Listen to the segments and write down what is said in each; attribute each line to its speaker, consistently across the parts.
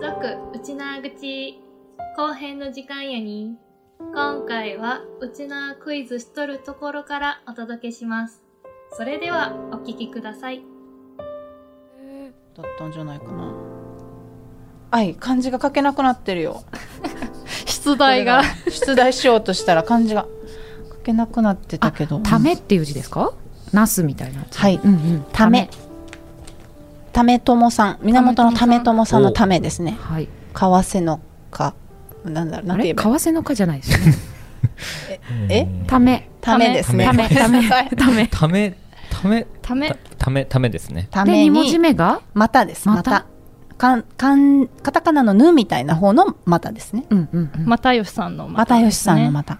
Speaker 1: 続、うちなー口。後編の時間やに。今回は、うちなークイズしとるところからお届けします。それでは、お聞きください。
Speaker 2: だったんじゃないかな。愛、漢字が書けなくなってるよ。
Speaker 3: 出題
Speaker 2: こ
Speaker 3: が
Speaker 2: れが出題しようとしたら漢字が書けなくなってたけど。
Speaker 3: ためっていう字ですかなすみたいなやつ
Speaker 2: はい
Speaker 3: うんうん
Speaker 2: ため。ためともさん。源のためともさんの
Speaker 4: お
Speaker 2: ためですね。
Speaker 3: はい
Speaker 2: 為替のか。なんだろう、な
Speaker 3: あ
Speaker 2: んて
Speaker 3: れ
Speaker 2: 言え
Speaker 3: 為
Speaker 2: ばいい。
Speaker 3: 替のかじゃないですよね
Speaker 2: え
Speaker 3: ため
Speaker 2: ためですね。
Speaker 3: ためためため
Speaker 4: ためため
Speaker 1: ため
Speaker 4: た、ためためですね
Speaker 2: た
Speaker 3: で
Speaker 2: め
Speaker 3: 二文字
Speaker 2: に、
Speaker 3: 目が
Speaker 2: またです。ま
Speaker 3: また
Speaker 2: た。かん、かん、カタカナのぬみたいな方のまたですね。
Speaker 3: うんうんうん
Speaker 1: 又吉さんの
Speaker 2: またよしさんのまた。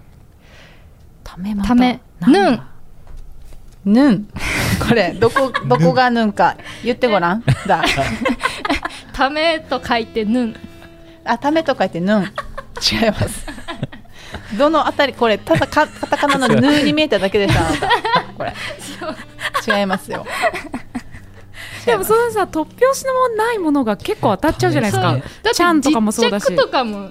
Speaker 3: ためま
Speaker 1: ため
Speaker 3: なんだ
Speaker 1: ぬん
Speaker 2: ぬん。これ、どこ、どこがぬんか言ってごらん。だ。
Speaker 1: ためと書いてぬん。
Speaker 2: あ、ためと書いてぬん。違います。どのあたり、これ、ただか、カタカナのぬーに見えただけでした、あなた。これ。違いますよ。
Speaker 3: でもそのさ突拍子のもないものが結構当たっちゃうじゃないで
Speaker 1: そ
Speaker 3: すか
Speaker 1: うだって
Speaker 3: ちゃんとかもそうだし
Speaker 1: 実着とかも、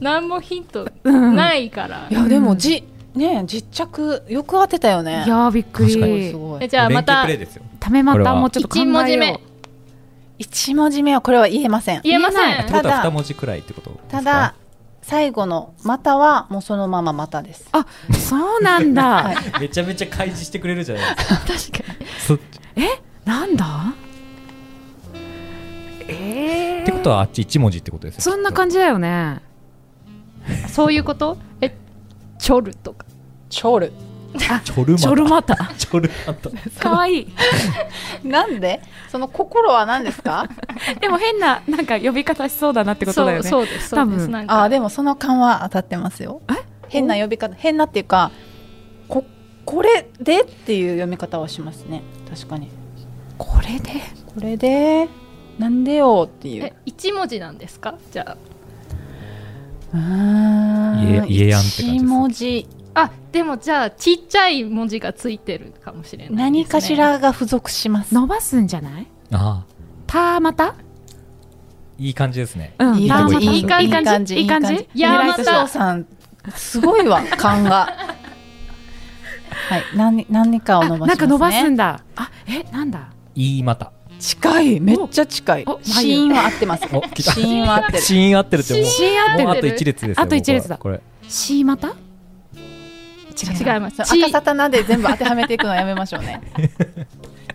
Speaker 1: なんもヒント
Speaker 3: うん
Speaker 1: ないから
Speaker 2: い。や、でも、じ、ねえ、実着、よく当てたよね。
Speaker 3: い、やーびっく
Speaker 4: 確かに
Speaker 3: り
Speaker 2: すご
Speaker 1: え
Speaker 2: い。
Speaker 1: じゃあまた、
Speaker 4: 連携プレイですよ
Speaker 3: ためまたもうちょっと考えよ
Speaker 1: 一
Speaker 3: う
Speaker 1: 文字目
Speaker 2: 一文字目は、これは言えません。
Speaker 1: 言えませ
Speaker 3: 言えなん
Speaker 4: って。ことは
Speaker 2: ただ
Speaker 4: 二文字くらいってことですか
Speaker 2: ただ、最後の、または、もうそのまままたです。
Speaker 3: あそうなんだ、
Speaker 2: はい
Speaker 4: めちゃめちゃ開示してくれるじゃないですか
Speaker 1: 確かに。
Speaker 4: そっ
Speaker 3: なんだええー、
Speaker 4: てことはあっち一文字ってことですよ
Speaker 3: そんな感じだよね
Speaker 1: そういうことえ、チョルとか。
Speaker 2: チョル。
Speaker 4: チョルマ
Speaker 3: ちょるまた
Speaker 4: チョルマタ
Speaker 3: かわいい
Speaker 2: なんでその心は何ですか
Speaker 3: でも変ななんか呼び方しそうだなってことだよね
Speaker 1: そうそうですそうで
Speaker 3: 多
Speaker 1: す
Speaker 3: 分
Speaker 1: なんか
Speaker 2: あー、でもその感は当たってますよ。変な呼び方、変なっていうか、こ、これでっていう読み方をしますね。確かに。
Speaker 3: これで
Speaker 2: これで、なんでよっていう
Speaker 1: え。一文字なんですかじゃ
Speaker 2: うーん
Speaker 4: 家家やんって感じです
Speaker 2: 一文字。
Speaker 1: ああでもじゃあちっちゃい文字がついてるかもしれないです、ね、
Speaker 2: 何かしらが付属します。
Speaker 3: 伸ばすんじゃない
Speaker 4: ああ
Speaker 3: たまた
Speaker 4: いい感じですね
Speaker 3: うん
Speaker 2: いい
Speaker 3: た
Speaker 2: 感じ
Speaker 3: また
Speaker 2: いい感じ
Speaker 3: いい感じ
Speaker 2: いい感じ
Speaker 1: いやま
Speaker 3: 狙いとして
Speaker 1: た
Speaker 2: お父さん、すごいわ、感が。はい、何、何かを伸ばします、ね。
Speaker 3: あなんか伸ばすんだあえなんだ
Speaker 4: いいまた
Speaker 2: 近い、めっちゃ近い
Speaker 3: お。
Speaker 2: シーンは合ってます。シ
Speaker 4: お来た
Speaker 2: ーンは合ってる。
Speaker 4: シーン合ってるってもう
Speaker 1: シーン合ってる
Speaker 4: もうあと一列ですよ
Speaker 3: あと一列だ
Speaker 4: 僕はこ
Speaker 3: しまた違
Speaker 1: 違
Speaker 3: ない
Speaker 1: ます
Speaker 2: そう赤
Speaker 1: ち
Speaker 2: さたなで全部当てはめていくのやめましょう ね。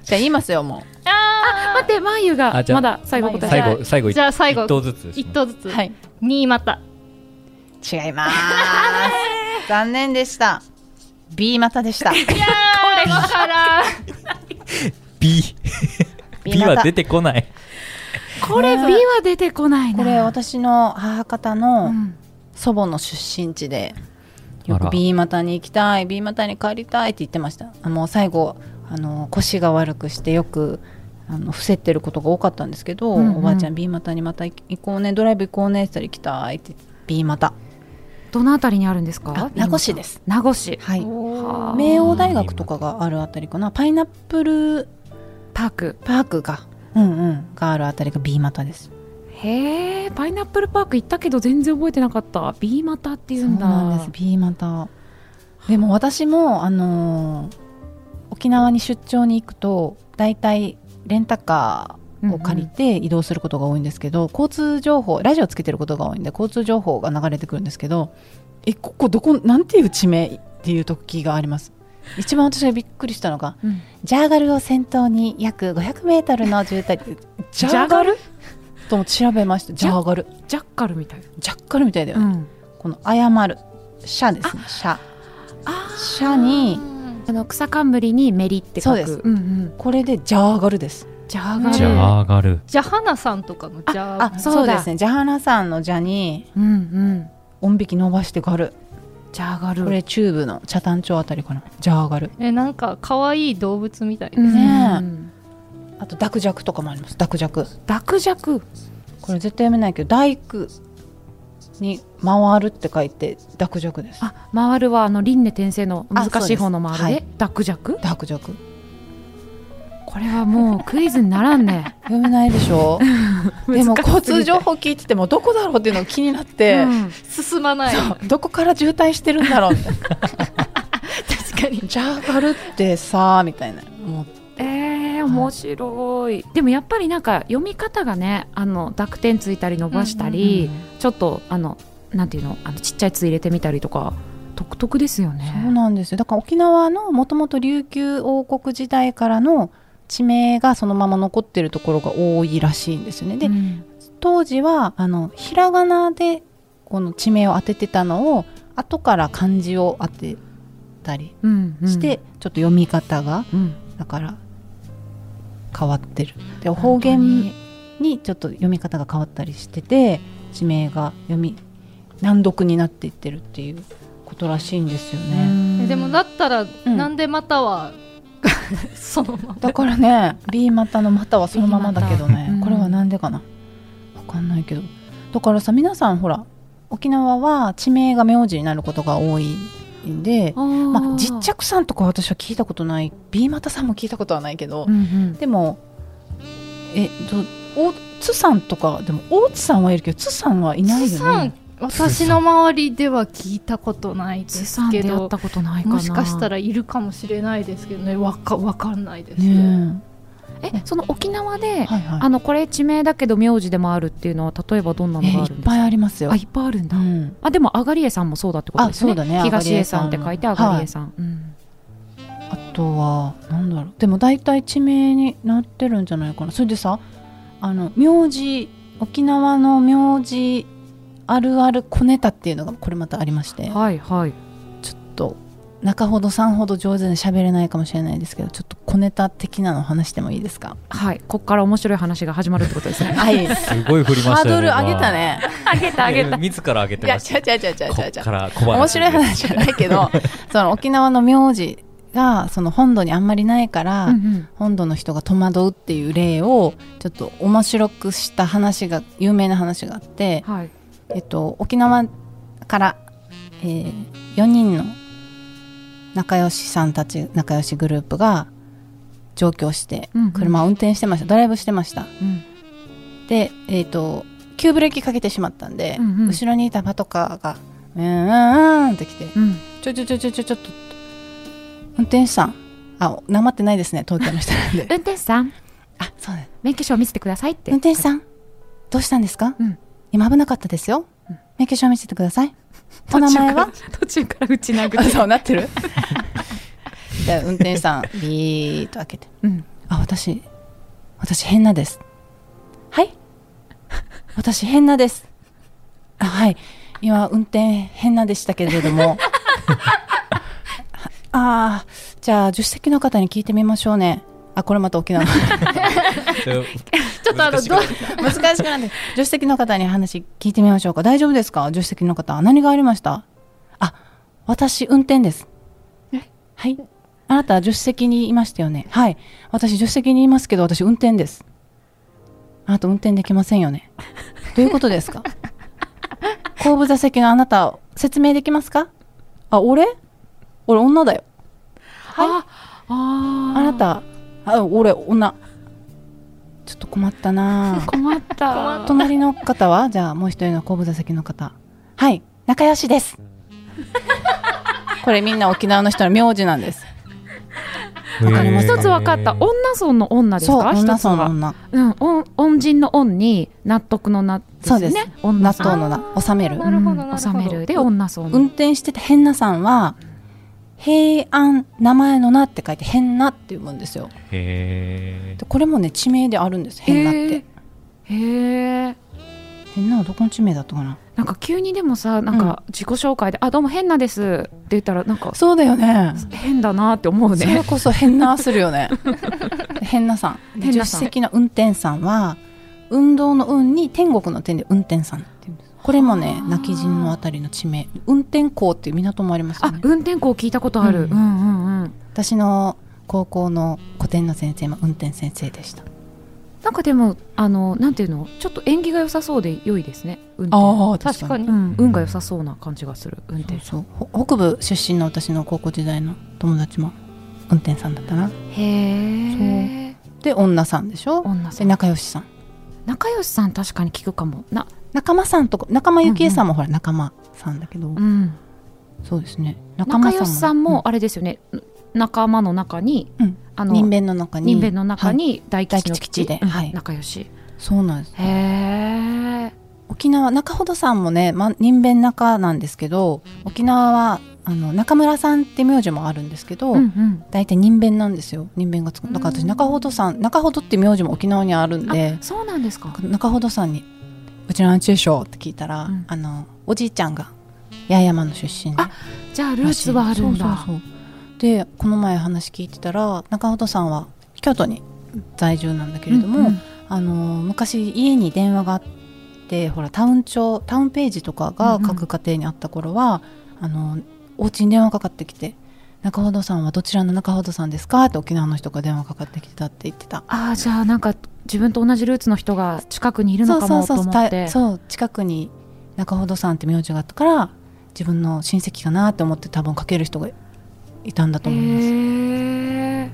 Speaker 2: じゃあ言いますよ、も
Speaker 1: あ
Speaker 3: 待ってまゆが
Speaker 4: あじゃ
Speaker 3: ま
Speaker 4: あ
Speaker 3: だ最後
Speaker 4: れ
Speaker 3: 答え
Speaker 1: じ
Speaker 4: 最
Speaker 1: ゃ
Speaker 4: 後最後
Speaker 1: ーじゃあ最後
Speaker 4: 一頭ずつ
Speaker 1: 一頭ずつ
Speaker 2: う。はい。
Speaker 1: 新潟
Speaker 2: 違います。残念でした。B またで した。
Speaker 1: いやーこれわからん
Speaker 4: B
Speaker 2: B
Speaker 4: B
Speaker 2: また
Speaker 4: は出てこない
Speaker 3: これ B
Speaker 2: うん
Speaker 3: は出てこないな
Speaker 2: これ私の母方
Speaker 3: う
Speaker 2: の
Speaker 3: ん
Speaker 2: 祖母の出身地で、よ
Speaker 4: あ
Speaker 2: く
Speaker 4: ら
Speaker 2: B またに行きたい、B またに帰りたいって言ってました。あの最後あの腰が悪くしてよくあの伏せってることが多かったんですけど、
Speaker 3: うんうん
Speaker 2: おばあちゃん B またにまた行こうね、ドライブ行こうねって言ったら行きたいって言って。B また
Speaker 3: どのあたりにあるんですか
Speaker 2: あ名護市です
Speaker 3: 名護市
Speaker 2: はい
Speaker 1: おー
Speaker 2: 明王大学とかがあるあたりかなパイナップル
Speaker 3: パーク
Speaker 2: パークがうんうんがあるあたりが B 股です
Speaker 3: へえパイナップルパーク行ったけど全然覚えてなかった B またってい
Speaker 2: そううん
Speaker 3: だ
Speaker 2: なんです B 股でも私もあのー沖縄に出張に行くと大体レンタカーを借りて移動することが多いんですけど、交通情報ラジオつけてることが多いんで交通情報が流れてくるんですけどえここどこなんていう地名っていう時があります一番私がびっくりしたのが
Speaker 3: うん
Speaker 2: ジャーガルを先頭に約500メートルの渋滞ジ
Speaker 3: ャーガ
Speaker 2: ルとも調べましたジャーガル
Speaker 3: ジャッカルみたいな
Speaker 2: ジャッカルみたいだよ、ね
Speaker 3: ん
Speaker 2: この謝る社ですね社
Speaker 3: あー
Speaker 2: 社に
Speaker 3: あの草冠にメリって書
Speaker 2: そ
Speaker 3: く
Speaker 2: うです
Speaker 3: んうん、
Speaker 2: これでジャーガルです
Speaker 3: ジャーガル
Speaker 1: ジャ
Speaker 4: ーガル
Speaker 1: じゃはなさんとかのじゃ
Speaker 2: あ
Speaker 1: あ
Speaker 2: そうですねジャハナさんのジャに
Speaker 3: うんうん
Speaker 2: 音引き伸ばしてガル
Speaker 3: ジャーガル
Speaker 2: これ中部の北谷町あたりかなジャーガル
Speaker 1: えなんか可愛い動物みたいです、
Speaker 3: うん
Speaker 2: ねあとダクジャクとかもありますダクジャク
Speaker 3: ダクジャク
Speaker 2: これ絶対読めないけど大工に回るって書いてダクジャクです
Speaker 3: あ回るはあの輪廻転生の難しい方の
Speaker 2: あ
Speaker 3: 回
Speaker 2: そう
Speaker 3: る
Speaker 2: で
Speaker 3: ですダクジャク
Speaker 2: ダクジャク
Speaker 3: これはもうクイズになら んね
Speaker 2: 読めないでし ょでも交通情報聞いててもどこだろうっていうのが気になって、
Speaker 1: 進まない。
Speaker 2: そうどこから渋滞してるんだ ろうみたいな
Speaker 1: 確かに。
Speaker 2: ジャーガルってさみたいなもう
Speaker 3: えー、面白いでもやっぱりなんか読み方がねあの濁点ついたり伸ばしたり、ちょっとあのなんていうのあのちっちゃい「つ」入れてみたりとか独特ですよね
Speaker 2: そうなんですよだから沖縄のもともと琉球王国時代からの地名がそのまま残ってるところが多いらしいんですよねで、
Speaker 3: うん
Speaker 2: 当時はあのひらがなでこの地名を当ててたのを後から漢字を当てたり
Speaker 3: うんうん
Speaker 2: して、ちょっと読み方が
Speaker 3: うん
Speaker 2: だから変わってるで方言にちょっと読み方が変わったりしてて地名が読み難読になっていってるっていうことらしいんですよね。
Speaker 1: えでもだったら、
Speaker 2: ん
Speaker 1: なんでまたは そのまま。
Speaker 2: だからね B 股の股はそのままだけど
Speaker 3: B
Speaker 2: ね
Speaker 3: 股
Speaker 2: これはなんでかな分かんないけどだからさ皆さんほら沖縄は地名が名字になることが多いんでまあ、じっち
Speaker 3: ゃ
Speaker 2: ゃくさんとか私は聞いたことない B 股さんも聞いたことはないけど、
Speaker 3: うんうん
Speaker 2: でもえどお津さんとかでも大津さんはいるけど津さんはいない
Speaker 1: つ
Speaker 2: よ
Speaker 1: さん
Speaker 2: ね、
Speaker 1: 私の周りでは聞いたことないで
Speaker 3: つ
Speaker 1: す
Speaker 3: さん
Speaker 1: け
Speaker 3: でや
Speaker 1: ど
Speaker 3: っ。たことないかな
Speaker 1: もしかした
Speaker 3: ら
Speaker 1: らいるかもしれないですけどねわかわかんないですね
Speaker 2: ね
Speaker 3: えその沖縄で
Speaker 2: えはいはい
Speaker 3: あのこれ地名だけど名字でもあるっていうのは例えばどんなの
Speaker 2: え
Speaker 3: が
Speaker 2: い
Speaker 3: あ
Speaker 2: っ
Speaker 3: るんですか
Speaker 2: ぱいありますよ
Speaker 3: あいっぱいあるんだ、
Speaker 2: うん
Speaker 3: あでもあがりえさんもそうだってことですね
Speaker 2: あそうだね
Speaker 3: 東江さんって書いてあ
Speaker 2: あが
Speaker 3: が
Speaker 2: り
Speaker 3: り
Speaker 2: え
Speaker 3: えさん、うん
Speaker 2: あとはなんだろうでも大体地名になってるんじゃないかなそれでさあの名字沖縄の名字あるある小ネタっていうのがこれまたありまして
Speaker 3: はいはい
Speaker 2: ちょっと中ほどさんほど上手に喋れないかもしれないですけどちょっと小ネタ的なの話してもいいですか
Speaker 3: はいこっから面白い話が始まるってことですね
Speaker 2: はい
Speaker 4: すごい振りま
Speaker 2: ハ
Speaker 4: し
Speaker 2: ー
Speaker 4: たよ
Speaker 2: ド
Speaker 4: ね
Speaker 2: ル上げたね
Speaker 3: あげた
Speaker 4: 今
Speaker 3: あげた
Speaker 4: 自ら上げ
Speaker 2: い
Speaker 4: て
Speaker 2: や
Speaker 4: ました
Speaker 2: 違う違う違う違う
Speaker 4: こ
Speaker 2: 違
Speaker 4: っ
Speaker 2: う違う
Speaker 4: から小話
Speaker 2: 面白い話じゃないけどその沖縄の名字がその本土にあんまりないから、
Speaker 3: うんうん
Speaker 2: 本土の人が戸惑うっていう例をちょっと面白くした話が有名な話があって、
Speaker 3: はい
Speaker 2: えっと、沖縄から、え4人の仲良しさんたち仲良しグループが上京して
Speaker 3: うんうん
Speaker 2: 車を運転してました、ドライブしてました
Speaker 3: うん
Speaker 2: で、えっと急ブレーキかけてしまったんで、
Speaker 3: うんうん
Speaker 2: 後ろにいたパトカーが「うんうんうん」って来て
Speaker 3: うん
Speaker 2: ちょちょちょちょちょちょっと運転手さんあなまってないですね東京の人なんで
Speaker 3: 運転手さん
Speaker 2: あそうです
Speaker 3: 免許証見せてくださいって
Speaker 2: 運転手さんどうしたんですか、
Speaker 3: うん
Speaker 2: 今危なかったですよ、
Speaker 3: うん
Speaker 2: 免許証見せてくださいお名前は
Speaker 3: 途中から打ち殴って
Speaker 2: あそうなってる で運転手さんビーッと開けて
Speaker 3: うん
Speaker 2: 「あ私私変なです」「はい 私変なです」あ「はい今運転変なでしたけれど も」ああじゃあ助手席の方に聞いてみましょうねあこれまた沖縄
Speaker 1: ちょっとあのどう
Speaker 2: 難しくなって助手席の方に話聞いてみましょうか大丈夫ですか助手席の方何がありましたあ私運転ですはいあなた助手席にいましたよねはい私助手席にいますけど私運転ですあなた運転できませんよねどういうことですか後部座席のあなた説明できますかあ俺俺女だよ
Speaker 3: ああー
Speaker 2: あなたあ俺女ちょっと困ったなあ
Speaker 3: 困った
Speaker 1: 困った
Speaker 2: 隣の方はじゃあもう一人の後部座席の方はい仲良し ですこれみんな沖縄の人の名字なんですわかります
Speaker 3: 一つ分かった女尊の女です
Speaker 2: そう
Speaker 3: か
Speaker 2: 女
Speaker 3: 一つ
Speaker 2: 層の
Speaker 3: は
Speaker 2: 女
Speaker 3: うん恩恩人の恩に納得のなです
Speaker 2: そう
Speaker 3: ね
Speaker 2: です
Speaker 3: 女
Speaker 2: 納
Speaker 3: 尊
Speaker 2: 豆の名収める
Speaker 1: なるほどなるほど
Speaker 3: 収めるで女尊
Speaker 2: 運転してた変なさんは平安名前の名って書いて変なって読むんですよ
Speaker 4: へ
Speaker 2: でこれもね地名であるんです変なって
Speaker 3: へえへえ
Speaker 2: 変なはどこの地名だったかな
Speaker 3: なんか急にでもさなんか自己紹介で「あどうも変なです」って言ったらなんか
Speaker 2: そうだよね
Speaker 3: 変だなって思う
Speaker 2: それ
Speaker 3: ね
Speaker 2: こそ変なするよ ね変なさんで助
Speaker 3: 変
Speaker 2: 手
Speaker 3: なさん
Speaker 2: 席の運転さんは運動の運に天国の天で運転さんって言うんですこれもね
Speaker 3: はあ
Speaker 2: 泣き人のあたりの地名運転校っていう港もありますよ
Speaker 3: あ
Speaker 2: ね
Speaker 3: 運転校聞いたことある、
Speaker 2: う
Speaker 3: うんん、うんうん
Speaker 2: 私の高校の古典の先生も運転先生でした
Speaker 3: なんかでもあのなんていうのちょっと縁起が良さそうで良いですね運転
Speaker 2: ああ
Speaker 1: 確かに
Speaker 3: うん、運が良さそうな感じがする運転
Speaker 2: そうほ北部出身の私の高校時代の友達も運転さんだったな
Speaker 3: へえ
Speaker 2: で女さんでしょ
Speaker 3: 女さ
Speaker 2: で
Speaker 3: ん
Speaker 2: 仲良しさん
Speaker 3: 仲良しさん確かに聞くかもな
Speaker 2: 仲間さんとか仲間由紀恵さんもほら仲間さんだけど、
Speaker 3: うん
Speaker 2: そうですね
Speaker 3: 仲良しさんもあれですよね、仲間の中に、
Speaker 2: うん
Speaker 3: あ
Speaker 2: うん
Speaker 3: の
Speaker 2: 人弁の中に
Speaker 3: 人弁の中
Speaker 2: はい
Speaker 3: に大吉の
Speaker 2: 大吉吉で
Speaker 3: うん
Speaker 2: はい
Speaker 3: 仲良し
Speaker 2: そうなんです
Speaker 3: へえ
Speaker 2: 沖縄中ほどさんもね、ま、人弁中なんですけど沖縄はあの中村さんって名字もあるんですけど、
Speaker 3: うん
Speaker 2: 大体人弁なんですよ人弁がつくだから
Speaker 3: う
Speaker 2: 私
Speaker 3: ん
Speaker 2: 中ほどさん中ほどって名字も沖縄にあるん
Speaker 3: うん
Speaker 2: で
Speaker 3: あそうなんですか
Speaker 2: 中ほどさんに「うちのアンチでしょ」って聞いたら、
Speaker 3: うん
Speaker 2: あのおじいちゃんが八重山の出身で
Speaker 3: あじゃあルーツはあるん
Speaker 2: そ
Speaker 3: だ
Speaker 2: うそうそうでこの前話聞いてたら中本さんは京都に在住なんだけれども、
Speaker 3: うんうん
Speaker 2: あの昔家に電話があってほらタウン帳タウンページとかが各家庭にあった頃は、あのお家に電話かかってきて「中本さんはどちらの中本さんですか?」って沖縄の人が電話かかってきてたって言ってた。
Speaker 3: ああじゃあなんか自分と同じルーツの人が近くにいるのかもと
Speaker 2: そう
Speaker 3: 思
Speaker 2: た
Speaker 3: って
Speaker 2: そう近くに中ほどさんって名字があったから自分の親戚かなって思って多分かける人がいたんだと思います。
Speaker 3: へえ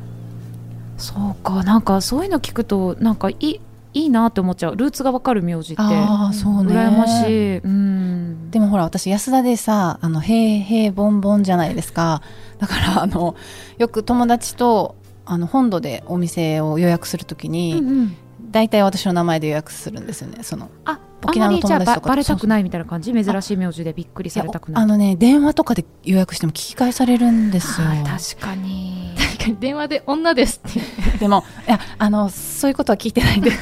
Speaker 3: そうかなんかそういうの聞くとなんかいいいいなって思っちゃうルーツがわかる名字って
Speaker 2: ああそうね
Speaker 3: 羨ましい、うん、
Speaker 2: でもほら私安田でさ「あのへいへいボンボン」じゃないですかだからあのよく友達とあの本土でお店を予約するとき
Speaker 3: うん
Speaker 2: に、
Speaker 3: うん
Speaker 2: 大体私の名前で予約するんですよねその
Speaker 3: ああ
Speaker 2: 沖
Speaker 3: んま
Speaker 2: 縄の
Speaker 3: りじゃあ
Speaker 2: 友達
Speaker 3: ば
Speaker 2: とか
Speaker 3: ばれたくないみたいな感じ珍しい名字でびっくりされたくない
Speaker 2: あのね電話とかで予約しても聞き返されるんですよ
Speaker 3: あー確か に
Speaker 1: 確かに電話で女ですって。
Speaker 2: でもいやあのそういうことは聞いて ないんです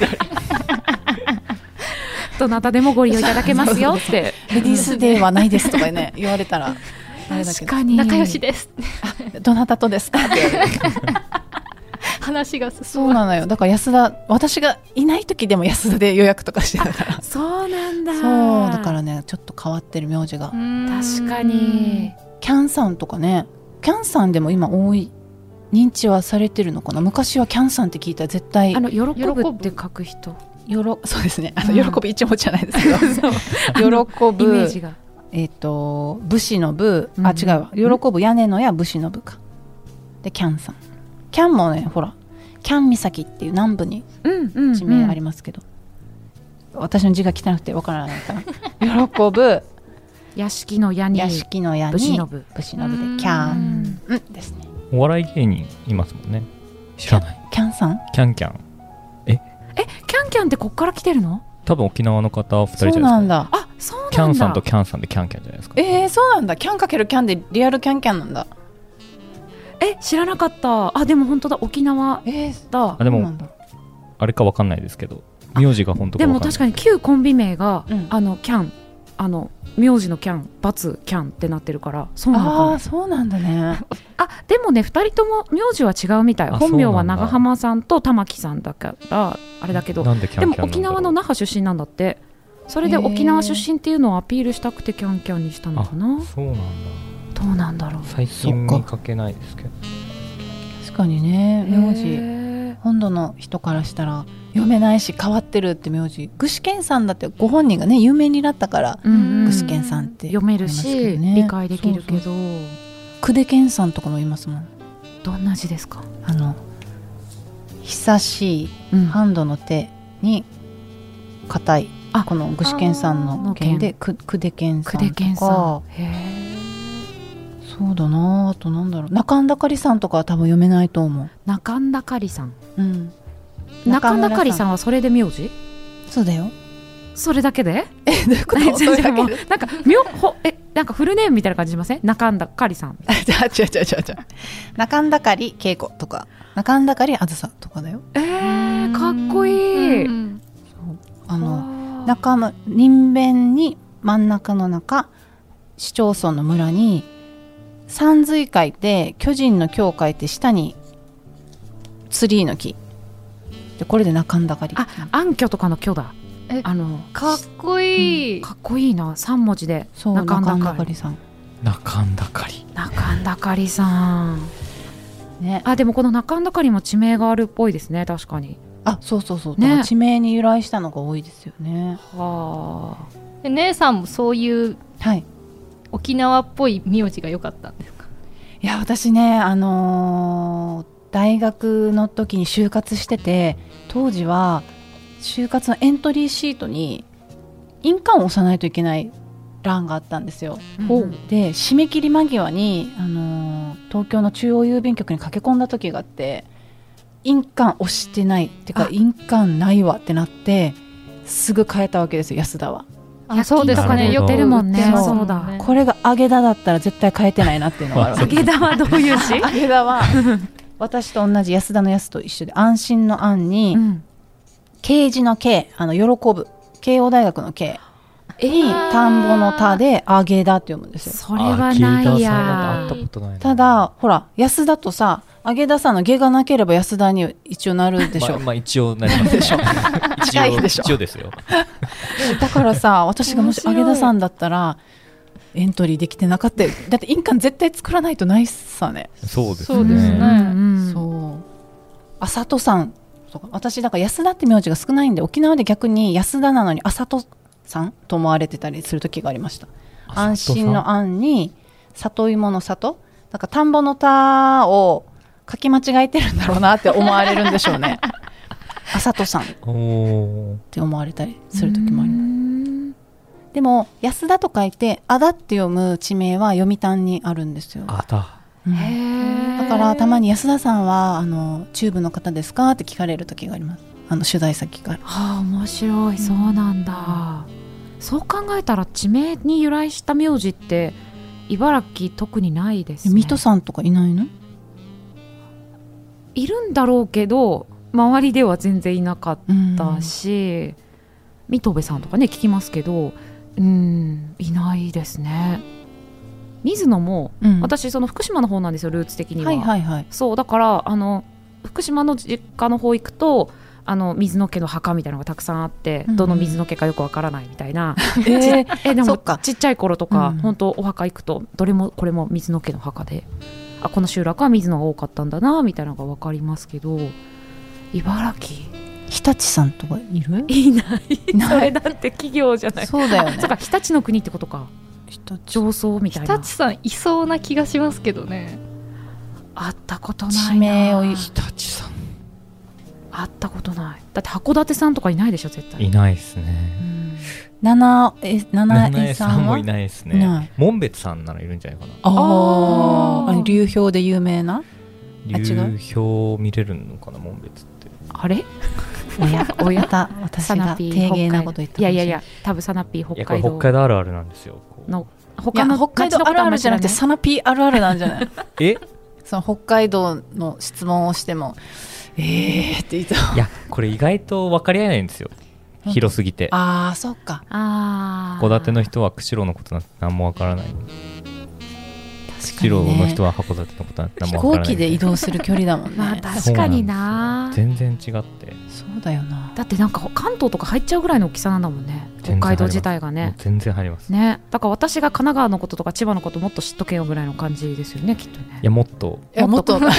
Speaker 3: どなたでもご利用いただけますよ って
Speaker 2: レディースデーはないですとかね言われたらあれだけど
Speaker 3: 確かに
Speaker 1: 仲良しです。
Speaker 2: どなたとですかって言われる
Speaker 1: 話が進む。
Speaker 2: そうなのよだから安田私がいない時でも安田で予約とかしてたから
Speaker 3: そうなんだ
Speaker 2: そうだからねちょっと変わってる名字が
Speaker 3: 確かに
Speaker 2: キャンさんとかねキャンさんでも今多い認知はされてるのかな昔はキャンさんって聞いたら絶対
Speaker 3: あの喜ぶ
Speaker 1: ぶ
Speaker 3: って書く人
Speaker 2: よろ そうですねあ
Speaker 3: う
Speaker 2: の
Speaker 3: ん
Speaker 2: 喜び一文字じゃないです けど喜
Speaker 3: イメー
Speaker 2: ぶ
Speaker 3: ジが
Speaker 2: えっ、と武士の部
Speaker 3: うん
Speaker 2: あ違うわ喜ぶ屋根のや武士の部かでキャンさんキャンもねほらキャン岬っていう南部に
Speaker 3: うんうん
Speaker 2: 地名ありますけど、私の字が汚くてわからないから 喜ぶ
Speaker 3: 屋敷の屋に
Speaker 2: 屋敷の屋に
Speaker 3: 武士信
Speaker 2: 武士の部
Speaker 1: うん
Speaker 2: でキャン
Speaker 3: ん
Speaker 2: うんですね
Speaker 4: お笑い芸人いますもんね知らない
Speaker 2: キャンさん
Speaker 4: キャンキャン
Speaker 3: えキャンキャンってこっから来てるの
Speaker 4: 多分沖縄の方2人じ
Speaker 2: そう
Speaker 4: ゃな
Speaker 2: ないん
Speaker 4: ですか
Speaker 2: だ
Speaker 3: あそうなんだ
Speaker 4: キャンさんとキャンさんでキャンキャンじゃないですか
Speaker 2: えー、そうなんだキャンかけるキャンでリアルキャンキャンなんだ
Speaker 3: え知らなかったあでも本当だ沖縄
Speaker 2: えー、そ
Speaker 3: だ
Speaker 4: あで
Speaker 2: うな
Speaker 4: も
Speaker 2: んだ
Speaker 4: あれかわかんないですけど名字が本当か
Speaker 3: で
Speaker 4: わ
Speaker 3: も
Speaker 4: かんない
Speaker 3: 確かに旧コンビ名が、
Speaker 2: うん
Speaker 3: あのキャンあの名字のキャン×キャンってなってるからそうなのか
Speaker 2: あ
Speaker 3: も
Speaker 2: ーそうなんだね
Speaker 3: あでもね2人とも名字は違うみたい
Speaker 4: あ
Speaker 3: 本名
Speaker 4: そうな
Speaker 3: は
Speaker 4: んだ
Speaker 3: 長浜さんと玉木さんだからあれだけど
Speaker 4: なんでキャンキャ
Speaker 3: で
Speaker 4: ン
Speaker 3: も沖縄の
Speaker 4: な
Speaker 3: 那覇出身なんだってそれで
Speaker 2: へー
Speaker 3: 沖縄出身っていうのをアピールしたくてキャンキャンにしたのかなん
Speaker 4: だろうそうなんだ
Speaker 3: どうなんだろう
Speaker 4: 最近見かけないですけど
Speaker 2: 確かにね名字
Speaker 3: へー
Speaker 2: 本土の人からしたら読めないし変わってるって名字具志堅さんだってご本人がね有名になったから
Speaker 3: うんうん
Speaker 2: 具志堅さんって
Speaker 3: 読める
Speaker 2: 思いますけ
Speaker 3: し
Speaker 2: どね
Speaker 3: 理解できるけど
Speaker 2: そうそう久手健さんとかもいますもん
Speaker 3: どんな字ですか、
Speaker 2: あの久しい
Speaker 3: うん
Speaker 2: ハンドの手に硬い
Speaker 3: あ
Speaker 2: この具志堅さんの剣でくくでけんさん
Speaker 3: 久
Speaker 2: とか
Speaker 3: 手健さんへえ
Speaker 2: そうだなあとなんだろう中んだかりさんとかは多分読めないと思
Speaker 3: 中んだかりさん
Speaker 2: う、うん、
Speaker 3: 中んだかりさ
Speaker 2: ん
Speaker 3: んはそれで名字
Speaker 2: そうだよ
Speaker 3: それだけ で
Speaker 2: えどういうこ
Speaker 3: 全
Speaker 2: とそれだ
Speaker 3: 然
Speaker 2: け
Speaker 3: も う
Speaker 2: で
Speaker 3: なんかみょほえなんかフルネームみたいな感じしません中んだかりさん
Speaker 2: じゃあ違う違う違う違う中んだかり稽古とか中んだかりあずさとかだよ
Speaker 3: えー、かっこいい
Speaker 1: うん
Speaker 2: あの
Speaker 3: の
Speaker 2: 中の人弁に真ん中の中市町村の村に山水会って巨人の教会って下にツリーの木でこれで中んだかり
Speaker 3: あ暗渠とかの渠だ
Speaker 1: え
Speaker 3: あの
Speaker 1: かっこいい。
Speaker 3: かっこいいな三文字で
Speaker 2: そう
Speaker 3: 中
Speaker 2: 中ん
Speaker 3: んだか
Speaker 2: だか
Speaker 3: り
Speaker 2: りさん
Speaker 4: 中んだかり
Speaker 3: 中んだかりさん
Speaker 2: ね
Speaker 3: あでもこの中んだかりも地名があるっぽいですね確かに
Speaker 2: あそうそうそう、
Speaker 3: ね
Speaker 2: だから地名に由来したのが多いですよね
Speaker 3: はあ
Speaker 1: で姉さんもそういう
Speaker 2: はい
Speaker 1: 沖縄っぽい名字が良かったんですか。
Speaker 2: いや私ねあのー大学の時に就活してて当時は就活のエントリーシートに印鑑を押さないといけない欄があったんですよ。
Speaker 3: ほう
Speaker 2: で締め切り間際に、あのー東京の中央郵便局に駆け込んだ時があって印鑑押してないっていうか
Speaker 3: あ
Speaker 2: 印鑑ないわってなってすぐ変えたわけですよ安田は。
Speaker 3: あそうです
Speaker 4: な
Speaker 3: ね
Speaker 4: る
Speaker 3: よ
Speaker 4: ほ
Speaker 3: く
Speaker 4: ど
Speaker 3: 出るもんね
Speaker 2: そう
Speaker 3: そうだ
Speaker 2: これが揚げ田だったら絶対変えてないなっていうのがあるわけ
Speaker 3: 揚 げ玉はどういう字
Speaker 2: 揚げ田は私と同じ安田の安と一緒で安心の安に、
Speaker 3: うん
Speaker 2: 慶字の慶あの喜ぶ慶応大学の慶に
Speaker 3: あー
Speaker 2: 田んぼの田で揚げ田って読むんですよ
Speaker 3: それはないや
Speaker 4: あ聞いたそれなんか会ったことないな
Speaker 2: ただほら安田とさ揚げ田さんの下がなければ安田に一応なるでし
Speaker 4: ま
Speaker 2: ょ
Speaker 4: あ、まあ一応なり ますでしょ一
Speaker 2: 近い
Speaker 4: 応
Speaker 2: でしょ
Speaker 4: 一応ですよ
Speaker 2: だからさ私がもし揚
Speaker 3: 面白
Speaker 2: げ田
Speaker 3: い
Speaker 2: さんだったらエントリーできてなかったよだって印鑑絶対作らないとないっさね
Speaker 4: そうですね
Speaker 1: そうですね
Speaker 3: うんうん
Speaker 2: そうあさとさんとか私だから安田って名字が少ないんで沖縄で逆に安田なのにあさとさんと思われてたりする時がありました安心の
Speaker 4: 安
Speaker 2: 安に里芋の里だから田んぼの田を書き間違えてるんだろうなって思われるんでしょうねあさとさんっ
Speaker 4: おー
Speaker 2: て思われたりする時もあります
Speaker 3: うん
Speaker 2: でも安田と書いてあだって読む地名は読谷にあるんですよ、
Speaker 4: あた
Speaker 2: うん
Speaker 3: へー
Speaker 2: だからたまに安田さんはあのチューブの方ですかって聞かれる時がありますあの取材先から
Speaker 3: はあ面白いそうなんだ、そう考えたら地名に由来した名字って茨城特にないですね
Speaker 2: 水戸さんとかいないの
Speaker 3: いるんだろうけど周りでは全然いなかっ
Speaker 2: うん
Speaker 3: たし、水戸部さんとかね聞きますけどうんいないですね水野も、
Speaker 2: うん
Speaker 3: 私その福島の方なんですよルーツ的には、
Speaker 2: はいはいはい
Speaker 3: そうだからあの福島の実家の方行くとあの水野家の墓みたいなのがたくさんあって、
Speaker 2: うんうん
Speaker 3: どの水野家かよくわからないみたいな
Speaker 2: えー
Speaker 3: えで
Speaker 2: そ
Speaker 3: も
Speaker 2: っか
Speaker 3: ちっちゃい頃とか、
Speaker 2: うん
Speaker 3: 本当お墓行くとどれもこれも水野家の墓であこの集落は水野が多かったんだなみたいなのがわかりますけど茨城
Speaker 2: 日立さんとかいる
Speaker 3: いな
Speaker 2: い
Speaker 3: い
Speaker 2: ない
Speaker 3: それだって企業じゃない
Speaker 2: そうだよ
Speaker 3: あそっ
Speaker 2: ね
Speaker 3: か日立の国ってことか
Speaker 2: 日立
Speaker 3: 上層みた
Speaker 1: 日
Speaker 3: いな
Speaker 1: 立さんいそうな気がしますけどね
Speaker 3: あったことないな
Speaker 2: 地名を言う
Speaker 4: 日立さん
Speaker 3: あったことないだって函館さんとかいないでしょ絶対
Speaker 4: いないですね
Speaker 3: うん
Speaker 2: 七重七
Speaker 4: 七
Speaker 2: 重
Speaker 4: 重
Speaker 2: さ
Speaker 4: さ
Speaker 2: ん
Speaker 4: ん
Speaker 2: は
Speaker 4: もいないです
Speaker 2: い
Speaker 4: ね
Speaker 2: ない
Speaker 4: 門別さんならいるんじゃないかな
Speaker 2: あー
Speaker 3: あー
Speaker 2: あれ流氷で有名なあ違う
Speaker 4: 流氷見れるのかな門別って
Speaker 3: あれ
Speaker 2: おやおやた私
Speaker 3: サナ
Speaker 2: が
Speaker 3: ピ
Speaker 2: 低
Speaker 3: ー
Speaker 2: 芸なこと言った
Speaker 3: いやいやいや多分サナピー
Speaker 4: い
Speaker 3: 北
Speaker 4: やこれ
Speaker 3: 海
Speaker 4: 北
Speaker 3: 道
Speaker 4: 海道あるあるなんですよこう
Speaker 3: の
Speaker 2: 北
Speaker 3: 他の
Speaker 2: 北海道あるあるじゃなくて
Speaker 3: 街の
Speaker 2: サナピーあるあるなんじゃない
Speaker 4: え
Speaker 2: その北海道の質問をしてもえーって言いそう
Speaker 4: いやこれ意外と分かり合えないんですよ
Speaker 2: うん
Speaker 4: 広すぎて
Speaker 2: ああそっか
Speaker 3: 名前知らないあー
Speaker 4: 函館の人は釧路のことなんて何もわからない
Speaker 2: 確か
Speaker 4: 釧
Speaker 2: に
Speaker 4: 路
Speaker 2: ね
Speaker 4: の人は函館のことなんて何
Speaker 2: 飛
Speaker 4: もわ
Speaker 2: 行
Speaker 4: からない
Speaker 2: 機で移動する距離だもんね、
Speaker 3: まあ確かにな
Speaker 4: 全然違って
Speaker 2: そうだよな
Speaker 3: だってなんか関東とか入っちゃうぐらいの大きさなんだもんね北海道自体が
Speaker 4: もう
Speaker 3: ね
Speaker 4: 全然入りますい
Speaker 3: ねだから私が神奈川のこととか千葉のこともっと知っとけよぐらいの感じですよねきっとね
Speaker 4: やもっと
Speaker 2: いやもっと
Speaker 3: もっ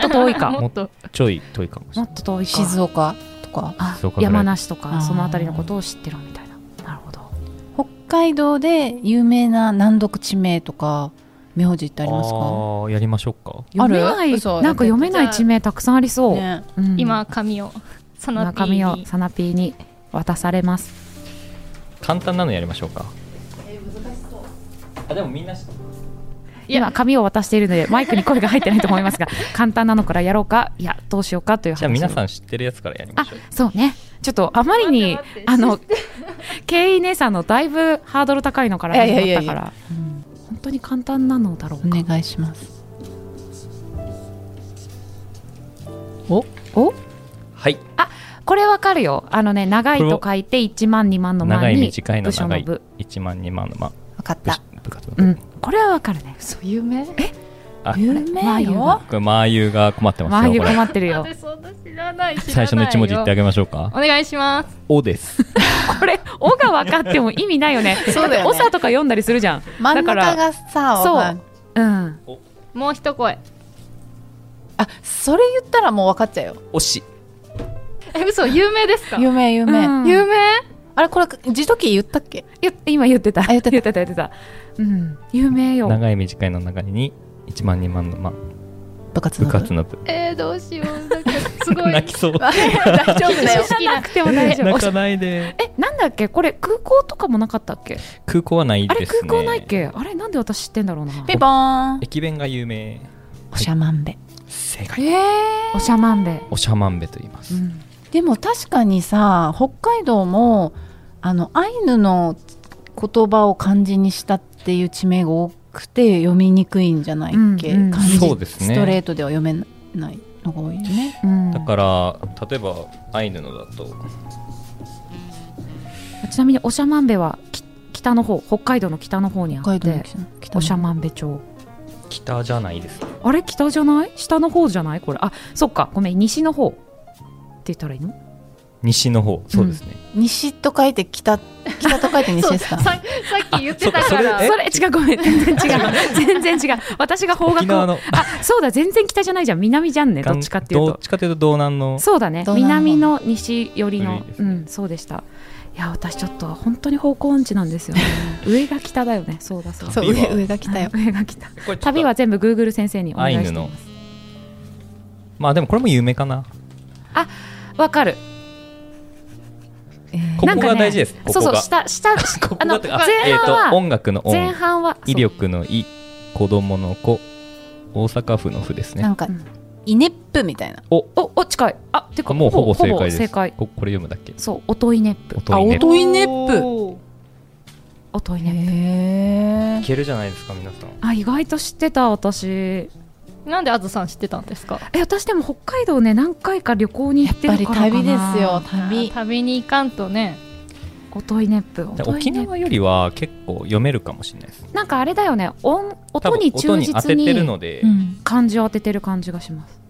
Speaker 3: と遠いか
Speaker 1: もっと
Speaker 4: ちょい遠いかもしれ
Speaker 3: も
Speaker 4: ない
Speaker 3: っと遠いか
Speaker 2: 静岡とか
Speaker 3: あ
Speaker 4: 静岡ぐらい
Speaker 3: 山梨と
Speaker 2: あ
Speaker 3: か
Speaker 2: ー
Speaker 3: その辺りのことを知ってるみたいななるほど
Speaker 2: 北海道で有名な難読地名とか名字ってあります
Speaker 4: あ
Speaker 2: か
Speaker 4: ーやりましょうか
Speaker 2: あ
Speaker 3: 読
Speaker 2: る
Speaker 3: めないなん
Speaker 2: 嘘
Speaker 3: か読めない地名たくさんありそう、
Speaker 2: ね
Speaker 3: うん
Speaker 1: 今紙をサナピ
Speaker 3: 中
Speaker 1: ーに
Speaker 3: 身をサナピーに渡されます
Speaker 4: 簡単なのやりましょうかあでもみんな知って
Speaker 1: いや
Speaker 3: 今紙を渡している のでマイクに声が入ってないと思いますが簡単なのからやろうかいやどうしようかという話
Speaker 4: じゃあ皆さ
Speaker 3: ん
Speaker 4: ん知ってるやつからやりま
Speaker 3: あ
Speaker 4: しょう
Speaker 3: そうねちょっとあまりに
Speaker 1: 待って待って
Speaker 3: あのケイ姉さんのだいぶハードル高いのから始まったから
Speaker 2: いやいやいやいやうん
Speaker 3: 本当に簡単なのだろうか、
Speaker 2: お願いします
Speaker 3: お
Speaker 4: はい
Speaker 3: これわかるよあのね長いと書いて1万2万の
Speaker 4: 長
Speaker 3: 前
Speaker 4: い
Speaker 3: に
Speaker 4: 短いの
Speaker 3: 部署
Speaker 4: 長
Speaker 3: の
Speaker 4: い
Speaker 3: 部
Speaker 4: 1万2万のま
Speaker 2: 分かっ
Speaker 4: 部
Speaker 2: た
Speaker 4: 部活の
Speaker 3: う
Speaker 4: 部
Speaker 3: んこれはわかるね
Speaker 1: そう有名
Speaker 4: あ
Speaker 2: 有名
Speaker 3: まあ有名
Speaker 2: よ
Speaker 4: これマーユーが困ってます
Speaker 3: 眉毛
Speaker 4: よこれ
Speaker 3: 困ってるよ
Speaker 1: 私そんな知らない知らないよ
Speaker 4: 最初の1文字言ってあげましょうか
Speaker 1: お願いします
Speaker 4: おです
Speaker 3: これ「お」が分かっても意味ないよね
Speaker 2: そうだよね
Speaker 3: おさとか読んだりするじゃん
Speaker 2: 真ん
Speaker 3: だから
Speaker 2: 中がさ
Speaker 3: そう
Speaker 2: わかん
Speaker 3: うん
Speaker 1: もう一声
Speaker 2: あそれ言ったらもう分かっちゃうよ
Speaker 4: おし
Speaker 1: え嘘有名ですか
Speaker 2: 有名有名、
Speaker 3: うん
Speaker 1: 有名
Speaker 2: あれこれ自時計言ったっけ
Speaker 3: 言っ今言ってた
Speaker 2: 言ってた
Speaker 3: 言ってた言ってたうん有名よ
Speaker 4: 長い短いの中に1万2万のま
Speaker 2: 部活
Speaker 4: 部
Speaker 2: の部
Speaker 4: 活になってる。
Speaker 3: えー、どうしようなんかすごい
Speaker 4: 泣きそう。
Speaker 2: 大丈夫だよ
Speaker 3: 知らなくても大丈夫
Speaker 4: 泣かないで。
Speaker 3: えなんだっけこれ空港とかもなかったっけ
Speaker 4: 空港はない
Speaker 3: あ
Speaker 4: です
Speaker 3: れ
Speaker 4: ね。
Speaker 3: 空港ないっけあれなんで私知ってんだろうな
Speaker 2: ピンポーン
Speaker 4: 駅弁が有名。
Speaker 2: おしゃまんべ
Speaker 4: 正解。
Speaker 3: えー、おしゃまんべ、
Speaker 4: おしゃまんべと言います。
Speaker 3: うん
Speaker 2: でも確かにさ北海道もあのアイヌの言葉を漢字にしたっていう地名が多くて読みにくいんじゃないっけ、
Speaker 3: うんうん
Speaker 2: 漢字
Speaker 4: そうですね
Speaker 2: ストレートでは読めないのが多いよね。
Speaker 3: うん
Speaker 4: だから例えばアイヌのだと
Speaker 3: ちなみにおしゃまんべはき北の方北海道の北の方にあ
Speaker 2: 北
Speaker 3: っ
Speaker 2: 海道の
Speaker 3: て
Speaker 2: 北の
Speaker 3: おしゃまんべ町
Speaker 4: 北じゃないですね。
Speaker 3: あれ北じゃない下の方じゃないこれあそっかごめん西の方って言ったらいいの
Speaker 4: 西の方。そうですね。
Speaker 2: 西と書いて北北と書いて西ですか
Speaker 1: そうささっき言ってた
Speaker 4: あそ
Speaker 1: か
Speaker 4: っ
Speaker 1: ら
Speaker 4: かえ
Speaker 3: それ違うごめん全然違 う全然違う私が方
Speaker 4: 沖
Speaker 3: 角
Speaker 4: 縄
Speaker 3: を
Speaker 4: の
Speaker 3: あそうだ全然北じゃないじゃん南じゃんねどっちかっていう
Speaker 4: どっ
Speaker 3: と
Speaker 4: ちかというと道南の
Speaker 3: そうだね
Speaker 2: どうなの
Speaker 3: 南の西寄りの
Speaker 4: 寄りです
Speaker 3: う
Speaker 4: ね
Speaker 3: んそうでしたいや私ちょっと本当に方向音痴なんですよ ね上が北だよねそうだそうだ
Speaker 2: そう
Speaker 4: 旅は
Speaker 2: 上上が北よ
Speaker 3: あ上が北
Speaker 4: これちょっと
Speaker 3: 旅は全部 Google 先生にお願いして
Speaker 4: アイ
Speaker 3: ま
Speaker 4: ヌ
Speaker 3: す
Speaker 4: まあでもこれも有名かな
Speaker 3: わかる
Speaker 2: えー
Speaker 4: こ
Speaker 3: なん
Speaker 4: こ
Speaker 3: か
Speaker 4: が
Speaker 3: ね
Speaker 4: 大事です、ここ
Speaker 3: そうそう
Speaker 4: が
Speaker 3: 下下
Speaker 4: ここがって
Speaker 3: あの
Speaker 4: あ
Speaker 3: 前
Speaker 4: え
Speaker 3: 半は
Speaker 4: ーと音楽の
Speaker 3: 前
Speaker 4: 音
Speaker 3: 半は
Speaker 4: 威力の威子供の子大阪府の府です
Speaker 2: な
Speaker 4: ね
Speaker 2: んか
Speaker 3: うん
Speaker 2: イネップみたいな
Speaker 4: お
Speaker 3: そうおお近いあてか
Speaker 4: もうほぼ正解です
Speaker 3: ほぼ正解
Speaker 4: ここれ読むだっけ
Speaker 3: そう音いねっぷ
Speaker 4: 音いね
Speaker 2: 音イネップ
Speaker 1: おー
Speaker 3: 音いね
Speaker 2: へ
Speaker 3: っ
Speaker 4: いけるじゃないですか皆さん
Speaker 3: ぷあ意外と知ってた私
Speaker 1: なんであずさん知ってたんですか
Speaker 3: え私でも北海道ね何回か旅行に
Speaker 2: や
Speaker 3: 行っ
Speaker 2: ってぱ
Speaker 3: る
Speaker 2: り
Speaker 3: からかな
Speaker 2: 旅ですよ旅
Speaker 1: 旅に行かんとね
Speaker 3: 音いねっぷ
Speaker 4: だか
Speaker 3: 音
Speaker 4: ら
Speaker 3: い
Speaker 4: 沖
Speaker 3: ねっぷ
Speaker 4: 縄よりは結構読めるかもしれないです
Speaker 3: なんかあれだよね音
Speaker 4: 多
Speaker 3: 音
Speaker 4: 分
Speaker 3: に
Speaker 4: 音
Speaker 3: 忠
Speaker 4: に当
Speaker 3: 実
Speaker 4: ててる
Speaker 3: に
Speaker 4: ので、
Speaker 2: うん
Speaker 3: 漢字を当ててる感じがします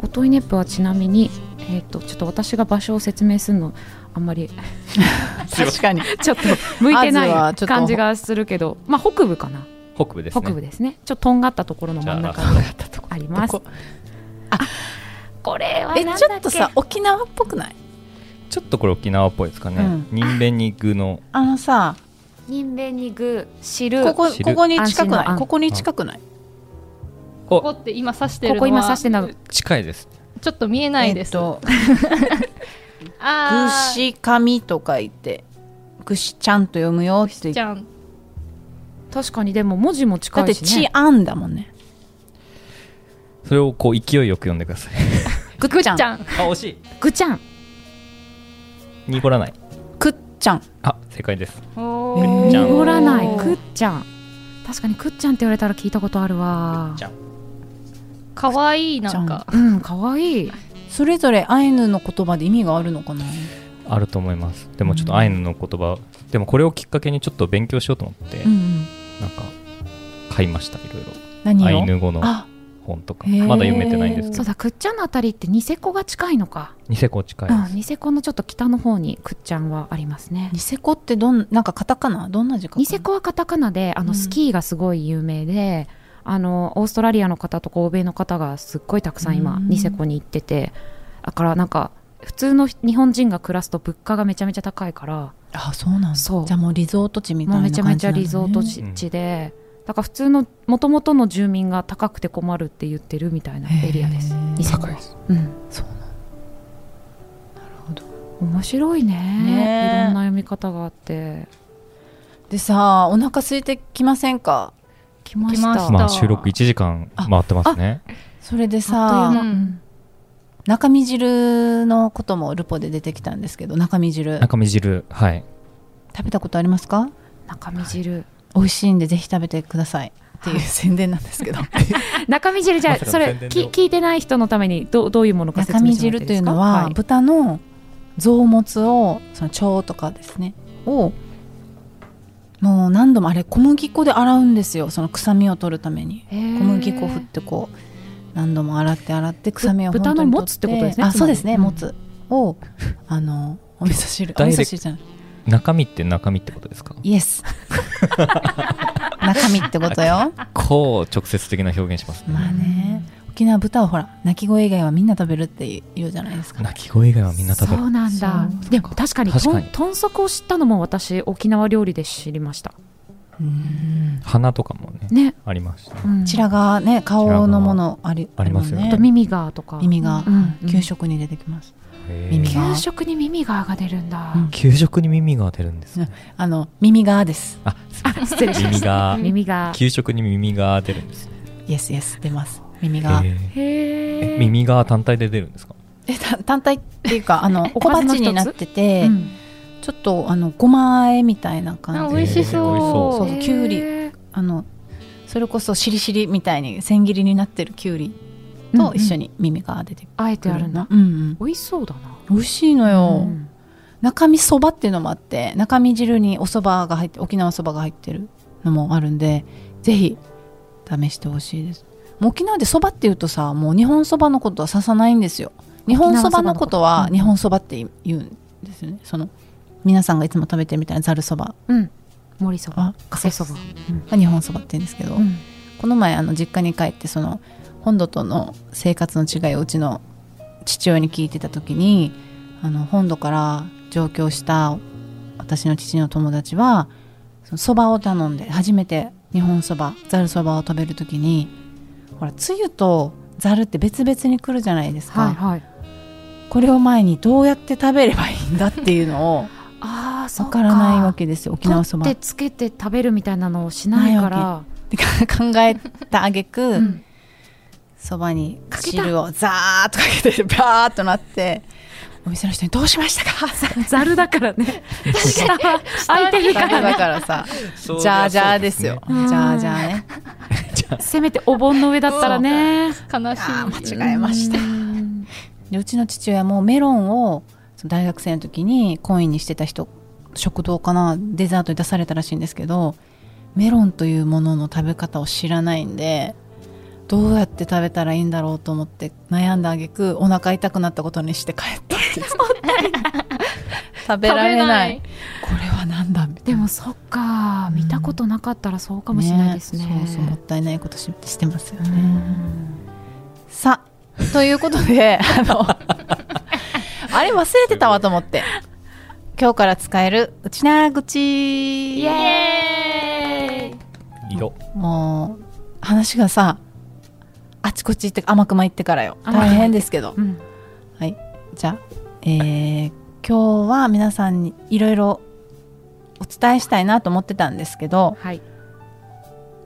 Speaker 3: 音いねっぷはちなみにえっ、とちょっと私が場所を説明するのあんまり
Speaker 2: 確かに
Speaker 3: ちょっと向いて
Speaker 2: アズ
Speaker 3: な
Speaker 2: はいちょっと
Speaker 3: 感じがするけどまあ北部かな
Speaker 4: 北部ですね
Speaker 3: 北部ですねちょっととんがったところの
Speaker 4: じ
Speaker 3: 真ん
Speaker 4: ゃあ
Speaker 3: 中
Speaker 4: そうだったとこ
Speaker 3: あります
Speaker 2: どこ
Speaker 3: これは
Speaker 2: え
Speaker 3: なん
Speaker 2: ちょ
Speaker 3: だ
Speaker 2: っ
Speaker 3: っ
Speaker 2: と
Speaker 3: け
Speaker 2: さ沖縄っぽくない
Speaker 4: ちょっとこれ沖縄っぽいですかね、
Speaker 2: うん
Speaker 4: 人弁に具の
Speaker 2: あのさ
Speaker 3: 人弁に具汁
Speaker 2: ここ
Speaker 4: 知る
Speaker 2: ここに近く
Speaker 3: 安心の
Speaker 2: ない
Speaker 3: 安
Speaker 2: ここに近くない
Speaker 1: ここって今指してる
Speaker 3: こ
Speaker 1: のは
Speaker 3: こ今指してんだ
Speaker 4: 近いです
Speaker 1: ちょっと見えないです、
Speaker 2: えっと「ぐ
Speaker 1: あー
Speaker 2: しかみ」と書いて「ぐしちゃん」と読むよって
Speaker 1: ちゃん
Speaker 3: 確かにでも文字も
Speaker 2: だ
Speaker 3: 近
Speaker 2: っ
Speaker 3: い
Speaker 2: て「
Speaker 3: し
Speaker 2: ち
Speaker 3: ね
Speaker 2: あん」だもんね
Speaker 4: それをこう勢いよく読んでください
Speaker 2: 「ぐっちゃん」
Speaker 1: ちゃん
Speaker 4: あ惜しい
Speaker 3: ぐちゃん
Speaker 4: 濁らない
Speaker 2: 「くっちゃん
Speaker 4: あ正解です
Speaker 1: おー
Speaker 4: ちゃん
Speaker 3: 濁らないく
Speaker 1: く
Speaker 3: っちゃん確かにくっちゃんって言われたら聞いたことあるわ
Speaker 4: じゃん
Speaker 1: かわいいなんか
Speaker 3: うんかわいい」
Speaker 2: それぞれアイヌの言葉で意味があるのかな
Speaker 4: あると思いますでもちょっとアイヌの言葉、でもこれをきっかけにちょっと勉強しようと思って、
Speaker 2: うんうん
Speaker 4: なんか買いましたいろい
Speaker 2: 何
Speaker 4: ろ
Speaker 2: を
Speaker 4: アイヌ語の
Speaker 2: あ
Speaker 4: 本とか
Speaker 2: へー
Speaker 4: まだ読めてないんですけ
Speaker 3: そう
Speaker 4: ど
Speaker 3: だくっちゃんのあたりってニセコが近いのか、
Speaker 4: ニセコ近い
Speaker 3: うん
Speaker 4: です、
Speaker 3: ニセコのちょっと北の方にくっちゃんはありますね
Speaker 2: ニセコってどんなんかカタカナどんな字か
Speaker 3: ニセコはカタカナであ
Speaker 2: う
Speaker 3: の
Speaker 2: ん
Speaker 3: スキーがすごい有名で、あのオーストラリアの方とか欧米の方がすっごいたくさん今、
Speaker 2: うん
Speaker 3: ニセコに行っててだからなんか普通の日本人が暮らすと物価がめちゃめちゃ高いから
Speaker 2: あそうなんだじ
Speaker 3: そう
Speaker 2: ゃあもうリゾート地みた
Speaker 3: も
Speaker 2: いうな
Speaker 3: め
Speaker 2: 感
Speaker 3: ち
Speaker 2: じ
Speaker 3: ゃ
Speaker 2: なんだね
Speaker 3: めちゃリゾート
Speaker 4: うん
Speaker 3: 地で、だから普通のもともとの住民が高くて困るって言ってるみたいなエリアです
Speaker 2: へー
Speaker 3: ニセコはうん
Speaker 2: そうなんだなるほど
Speaker 3: 面白いね
Speaker 2: ねえ
Speaker 3: いろんな読み方があって
Speaker 2: でさお腹空いてきませんか
Speaker 3: 来まし
Speaker 1: 来ま
Speaker 3: た
Speaker 1: した
Speaker 4: まあ収録1時間回ってますね
Speaker 2: それで
Speaker 3: あっという
Speaker 2: さ
Speaker 3: 間うん
Speaker 2: 中身汁のこともルポで出てきたんですけど中身汁
Speaker 4: 中身汁はい
Speaker 2: 食べたことありますか
Speaker 3: 中身汁
Speaker 2: 美味しいんでぜひ食べてくださいっていう宣伝なん ですけど
Speaker 3: 中身汁じゃ
Speaker 4: ま
Speaker 3: あ
Speaker 4: さかの
Speaker 3: それ
Speaker 4: 宣伝で
Speaker 3: き聞いてない人のためにどうどういうものか説
Speaker 2: 中
Speaker 3: 明
Speaker 2: 身
Speaker 3: してもらっ
Speaker 2: 汁
Speaker 3: て
Speaker 2: と
Speaker 3: い
Speaker 2: い
Speaker 3: で
Speaker 2: う
Speaker 3: すか
Speaker 2: のは、
Speaker 3: い
Speaker 2: 豚の臓物をその腸とかですねをもう何度もあれ小麦粉で洗うんですよその臭みを取るために
Speaker 3: 小
Speaker 2: 小麦粉を振ってこう何度も洗って洗って臭みを
Speaker 3: ぶ
Speaker 2: 本当に取
Speaker 3: 豚のもつってことですね
Speaker 2: あ
Speaker 3: つまり
Speaker 2: そうですね
Speaker 3: うん
Speaker 2: もつをあのお味噌汁お
Speaker 4: ダイ
Speaker 2: 味
Speaker 4: レ
Speaker 2: 噌
Speaker 4: ク
Speaker 2: 汁じゃない
Speaker 4: 中身って中身ってことですか
Speaker 2: イエス 中身ってことよ
Speaker 4: こう直接的な表現しますね、
Speaker 2: まあね沖縄豚をほら鳴き声以外はみんな食べるって言うじゃないですか
Speaker 4: 鳴き声以外はみんな食
Speaker 3: そ
Speaker 4: べる
Speaker 3: うなんだ
Speaker 2: そ
Speaker 3: でも確かに
Speaker 4: 確
Speaker 3: と
Speaker 4: か
Speaker 3: ん
Speaker 4: に
Speaker 3: 豚足を知ったのも私沖縄料理で知りました
Speaker 2: うん
Speaker 4: 花とかもね
Speaker 3: ね、
Speaker 4: ありました。
Speaker 3: うん
Speaker 2: こちらがね顔のものあり
Speaker 4: ありますよ
Speaker 2: るもん
Speaker 3: あと
Speaker 2: ね
Speaker 3: 耳がとか
Speaker 2: 耳が
Speaker 3: うん
Speaker 2: 給食に出てきます
Speaker 4: へー
Speaker 2: 耳が
Speaker 3: 給食に耳がが出るんだ、
Speaker 2: うん
Speaker 4: 給食に耳が出るんですね。
Speaker 2: あの耳がです
Speaker 4: あ、すいま
Speaker 3: あ 失礼
Speaker 4: せ
Speaker 3: し
Speaker 4: ん
Speaker 3: まし
Speaker 4: 耳
Speaker 3: た
Speaker 4: が
Speaker 3: 耳が
Speaker 4: 給食に耳が出るんですね。
Speaker 2: イエスイエス出ます耳
Speaker 4: へ
Speaker 2: が
Speaker 4: ー
Speaker 3: へ
Speaker 4: え
Speaker 3: え
Speaker 4: 耳が単体で出るんですか。
Speaker 2: えた単体っていうかあの
Speaker 3: お
Speaker 2: 小
Speaker 3: かずの一つ
Speaker 2: 鉢になってて、
Speaker 3: うん
Speaker 2: ちょっとあのごまあえみたいな
Speaker 1: あ
Speaker 2: 感じ
Speaker 1: 美味し
Speaker 4: 美味
Speaker 1: そ
Speaker 4: しそうう
Speaker 2: そうきゅうり
Speaker 3: へ
Speaker 2: あのそれこそしりしりみたいに千切りになってるきゅうりと一緒
Speaker 3: に
Speaker 2: に耳が出てく
Speaker 3: あえてあ
Speaker 2: る
Speaker 3: るんだ
Speaker 2: な、うんうん、
Speaker 3: 美味しそうだな
Speaker 2: 美味しいのよ、
Speaker 3: うん
Speaker 2: 中身そばっていうのもあって中身汁におそばが入って沖縄そばが入ってるのもあるんでぜひ試してほしいですもう沖縄でそばっていうとさもう日本そばのことは指さないんですよ日本そばのことは
Speaker 3: 沖
Speaker 2: 日
Speaker 3: 縄
Speaker 2: 本そばって言うんですよねその皆さんがいつも食べてるみたいなざるそば
Speaker 3: うん森そ
Speaker 2: あ
Speaker 3: ばかけそば
Speaker 2: が日本そばって言うんですけど、
Speaker 3: うん
Speaker 2: この前あの実家に帰ってその本土との生活の違いをうちの父親に聞いてた時にあの本土から上京した私の父の友達はそのそばを頼んで初めて日本そばざるそばを食べる時にほらつゆとざるって別々に来るじゃないですか、
Speaker 3: はいはい
Speaker 2: これを前にどうやって食べればいいんだっていうの を
Speaker 3: ああそ
Speaker 2: わ
Speaker 3: う
Speaker 2: からないわけですよ沖縄そば
Speaker 3: 取
Speaker 2: っ
Speaker 3: ってつけて食べるみたいなのをしないから
Speaker 2: て考えた挙 句、
Speaker 3: うん
Speaker 2: そばに
Speaker 3: かけた
Speaker 2: 汁をザーッとかけてバーッとなってお店の人に「どうしましたか?」
Speaker 3: ざるだからね 下は空いてる
Speaker 2: だ
Speaker 3: か
Speaker 2: からら
Speaker 3: ね
Speaker 2: さジャージャーですよジ
Speaker 3: うん
Speaker 2: ャージャーね
Speaker 3: せめてお盆の上だったら
Speaker 1: 悲
Speaker 3: ね
Speaker 2: あ
Speaker 1: し
Speaker 2: ー間違えました
Speaker 3: うん
Speaker 2: でうちの父親もメロンをその大学生の時に懇意にしてた人食堂かなデザートに出されたらしいんですけどメロンというものの食べ方を知らないんでどうやって食べたらいいんだろうと思って悩んだ挙句お腹痛くなったことにして帰ったって 言ってた食べ
Speaker 1: い食
Speaker 2: られ
Speaker 1: べ
Speaker 2: な
Speaker 1: ないい
Speaker 2: これはなんだみたい
Speaker 3: で
Speaker 2: な
Speaker 3: もそっか見たことなかったらそうかもしれないですね
Speaker 2: そうそうもったいないことししてますよ
Speaker 3: う
Speaker 2: ね、
Speaker 3: ん
Speaker 2: さということで あのあれ忘れてたわと思って今日から使えるうちなーぐち
Speaker 1: イエーイ
Speaker 4: いいよ。
Speaker 2: もう話がさあちこち行って天熊行ってからよ
Speaker 3: 天熊
Speaker 2: 大変ですけど
Speaker 3: うん
Speaker 2: はいじゃあ、えー今日は皆さんにいろいろお伝えしたいなと思ってたんですけど
Speaker 3: はい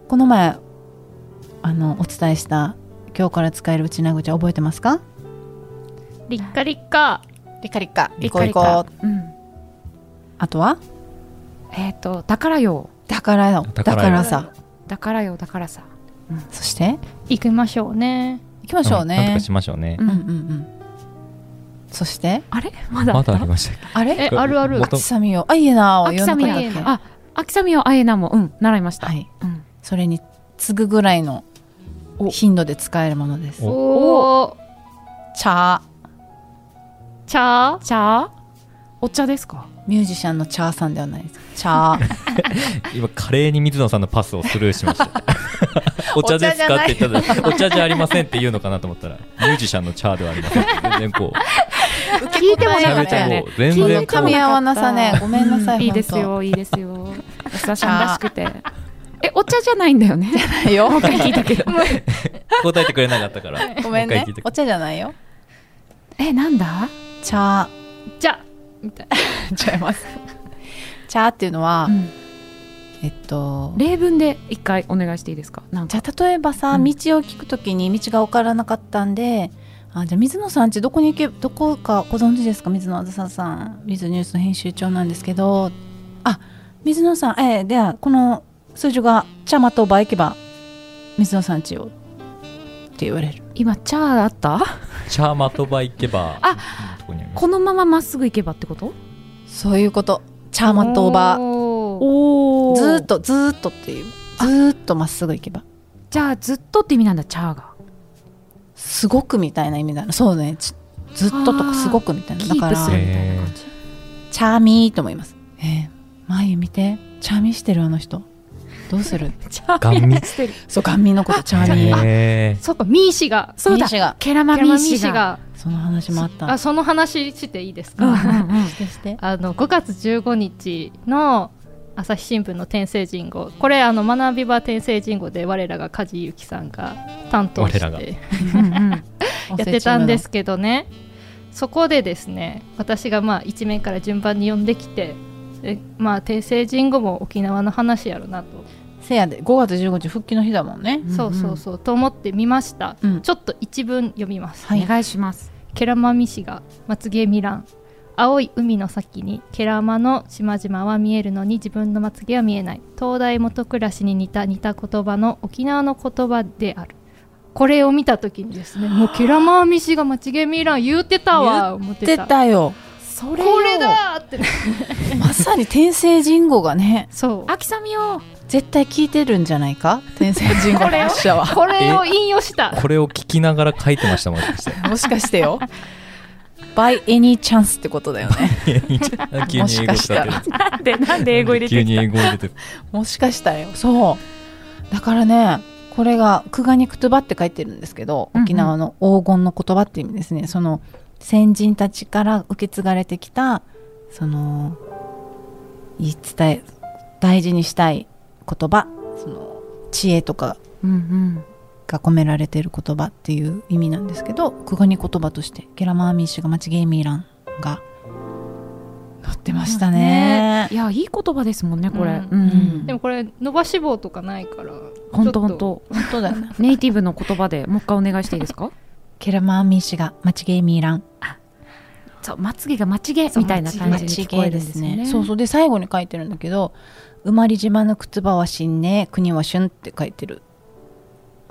Speaker 2: この前あのお伝えした今日から使えるうちなぐち覚えてますか
Speaker 1: リッカリッカ
Speaker 2: リカリカ
Speaker 4: リ
Speaker 2: こ
Speaker 4: カ
Speaker 2: う
Speaker 4: リ
Speaker 2: こ
Speaker 4: カ
Speaker 2: う
Speaker 3: うん
Speaker 2: あとは
Speaker 3: えっとだからよ
Speaker 2: だからよだ
Speaker 4: だから
Speaker 2: か
Speaker 4: よ
Speaker 2: らさ
Speaker 3: だからよだからさ
Speaker 2: そして
Speaker 1: 行きましょうね
Speaker 2: 行きましょうん
Speaker 4: なんと
Speaker 2: ね
Speaker 4: かしましょうね
Speaker 3: う。
Speaker 2: うん
Speaker 3: ん
Speaker 2: うんうんそして
Speaker 3: あれまだあ
Speaker 4: ま
Speaker 3: っ
Speaker 4: だあ
Speaker 3: た
Speaker 4: りましたっけ。
Speaker 2: あれ
Speaker 1: えあるある
Speaker 4: もっと
Speaker 2: 秋さみよあいえなお
Speaker 3: 秋さみよ
Speaker 2: 世の中だっ
Speaker 3: あ秋さみよあえなもうん習いまし
Speaker 2: け
Speaker 3: た
Speaker 2: はい
Speaker 3: うん
Speaker 2: それに次ぐぐらいの
Speaker 3: お
Speaker 2: 頻度で使えるものです
Speaker 4: お
Speaker 1: おー
Speaker 2: 茶
Speaker 1: チャー
Speaker 3: 茶お茶ですか
Speaker 2: ミュージシャンの茶さんではないです茶
Speaker 4: 今華麗に水野さんのパスをスルーしました。お茶ですかって言ったらお茶じゃありませんって言うのかなと思ったらミュージシャンのチャーではありませんって。全然こう
Speaker 2: 聞いて
Speaker 3: も
Speaker 4: めち
Speaker 3: な
Speaker 4: ゃ
Speaker 3: か
Speaker 4: め
Speaker 3: っ
Speaker 4: ち
Speaker 3: た
Speaker 4: ゃ
Speaker 3: よね
Speaker 4: もう
Speaker 2: 聞
Speaker 4: 全
Speaker 2: いて
Speaker 4: 然
Speaker 2: も噛み合わなさねごめんなさい
Speaker 3: うんいいですよいいですよ安田さんらしくてえお茶じゃないんだ よね
Speaker 2: ない よ
Speaker 3: もう一回聞いたけど
Speaker 4: 答えてくれなかったから。
Speaker 2: ごめんね
Speaker 4: もう一回聞いてく
Speaker 2: お茶じゃないよ
Speaker 3: えなんだ
Speaker 2: 茶
Speaker 1: じゃみたいな
Speaker 2: ちゃいます茶っていうのは
Speaker 3: うん
Speaker 2: えっと
Speaker 3: 例文で一回お願いしていいですかなん
Speaker 2: じ
Speaker 3: か
Speaker 2: ゃあ例えばさ道
Speaker 3: うん
Speaker 2: を聞くときに道が分からなかったんで、あじゃあ水野さんちどこに行けどこかご存知ですか水野あずささん水ニュースの編集長なんですけどあ水野さんええではこの数字が「茶まとば行けば水野さんちを」って言われる
Speaker 3: 今茶あった
Speaker 4: チャーマトバ行けば。
Speaker 3: あ
Speaker 4: うんとこにあります
Speaker 3: このまままっすぐ行けばってこと
Speaker 2: そういうこと「茶まとば
Speaker 1: おー
Speaker 3: お」
Speaker 2: ず
Speaker 3: ず
Speaker 2: ー
Speaker 3: ー
Speaker 2: っ
Speaker 3: っと
Speaker 2: とずーっとっていうずーっとまっすぐ行けば
Speaker 3: じゃあずっとって意味なんだ茶が
Speaker 2: すごくみたいな意味だなそうねちずっととかすごくみたいな
Speaker 3: キ
Speaker 2: だか
Speaker 3: ープ
Speaker 2: ら
Speaker 3: するみたいな感じ
Speaker 2: チャーミーと思います。えー、眉見て、チャーミーしてるあの人。どうする
Speaker 3: チャ
Speaker 4: ガンミ
Speaker 3: してる
Speaker 2: そう、ガンミーのこと、チャーミー。
Speaker 4: へ
Speaker 1: そうかミーシが
Speaker 3: そうだ
Speaker 2: ミーシが
Speaker 3: ケラマ
Speaker 1: キ
Speaker 3: ミ
Speaker 1: ャラマ
Speaker 3: ー
Speaker 1: ミー
Speaker 3: シ
Speaker 1: シ
Speaker 3: が
Speaker 1: が
Speaker 2: その話もあった。
Speaker 1: あその話していいです
Speaker 3: うんう
Speaker 1: か
Speaker 3: んうん
Speaker 2: してして。
Speaker 1: あの5月15日の朝日新聞の天聖人語これあの学び場天聖人語で我らが梶由紀さんが担当して
Speaker 4: 我らが
Speaker 1: やってたんですけどねそこでですね私がまあ一面から順番に読んできてえまあ天聖人語も沖縄の話やろなと、
Speaker 2: せやで5月15日復帰の日だもんね
Speaker 1: そうそうそうと思って見ました、
Speaker 2: うん
Speaker 1: ちょっと一文読みます、
Speaker 2: はい
Speaker 3: お願いします
Speaker 1: ケラマミ氏がまつげミラン青い海の先にケラマの島々は見えるのに自分のまつげは見えない東大元暮らしに似た似た言葉の沖縄の言葉であるこれを見た時にですねもうケラマミ氏がまつげミラン言うてたわ思って
Speaker 2: 出
Speaker 1: た
Speaker 2: たよ
Speaker 3: それ
Speaker 1: これだーって
Speaker 2: まさに天聖人語がね
Speaker 1: そう
Speaker 3: あきさみよ
Speaker 2: 絶対聞いてるんじゃないか天聖人語の発者は
Speaker 1: これを引用した
Speaker 4: これを聞きながら書いてましたもん私
Speaker 2: もしかしてよ by any chance ってことだよね
Speaker 4: 急に英語使ってる
Speaker 2: もしか
Speaker 3: なんでなんで英語入れて
Speaker 4: 急
Speaker 3: き
Speaker 4: に
Speaker 3: た
Speaker 4: 英語入れてる
Speaker 2: もしかしたらよそうだからねこれが「クガニクトゥバ」って書いてるんですけど
Speaker 3: うんうん
Speaker 2: 沖縄の黄金の言葉っていう意味ですねその先人たちから受け継がれてきたその言い伝え大事にしたい言葉その知恵とか
Speaker 3: うんうん
Speaker 2: が込められている言葉っていう意味なんですけどクガニ言葉としてゲラマーミーシュがマチゲーミーランが載ってましたね
Speaker 3: いやいい言葉ですもんねこれ
Speaker 1: うん
Speaker 3: うん
Speaker 2: うん
Speaker 1: でもこれ伸ばし棒とかないから
Speaker 3: ほんとほ
Speaker 1: ちょ
Speaker 3: ん
Speaker 1: っと
Speaker 3: と
Speaker 2: 本当だよね
Speaker 3: ネイティブの言葉でもう一回お願いしていいですか
Speaker 2: ゲラマーミーシュがマチゲーミーラン
Speaker 3: そうまつげがまちげみたいな感じに聞こえるんですよね
Speaker 2: そうそうで最後に書いてるんだけど「生まれ島の靴葉は新ね国は旬」って書いてる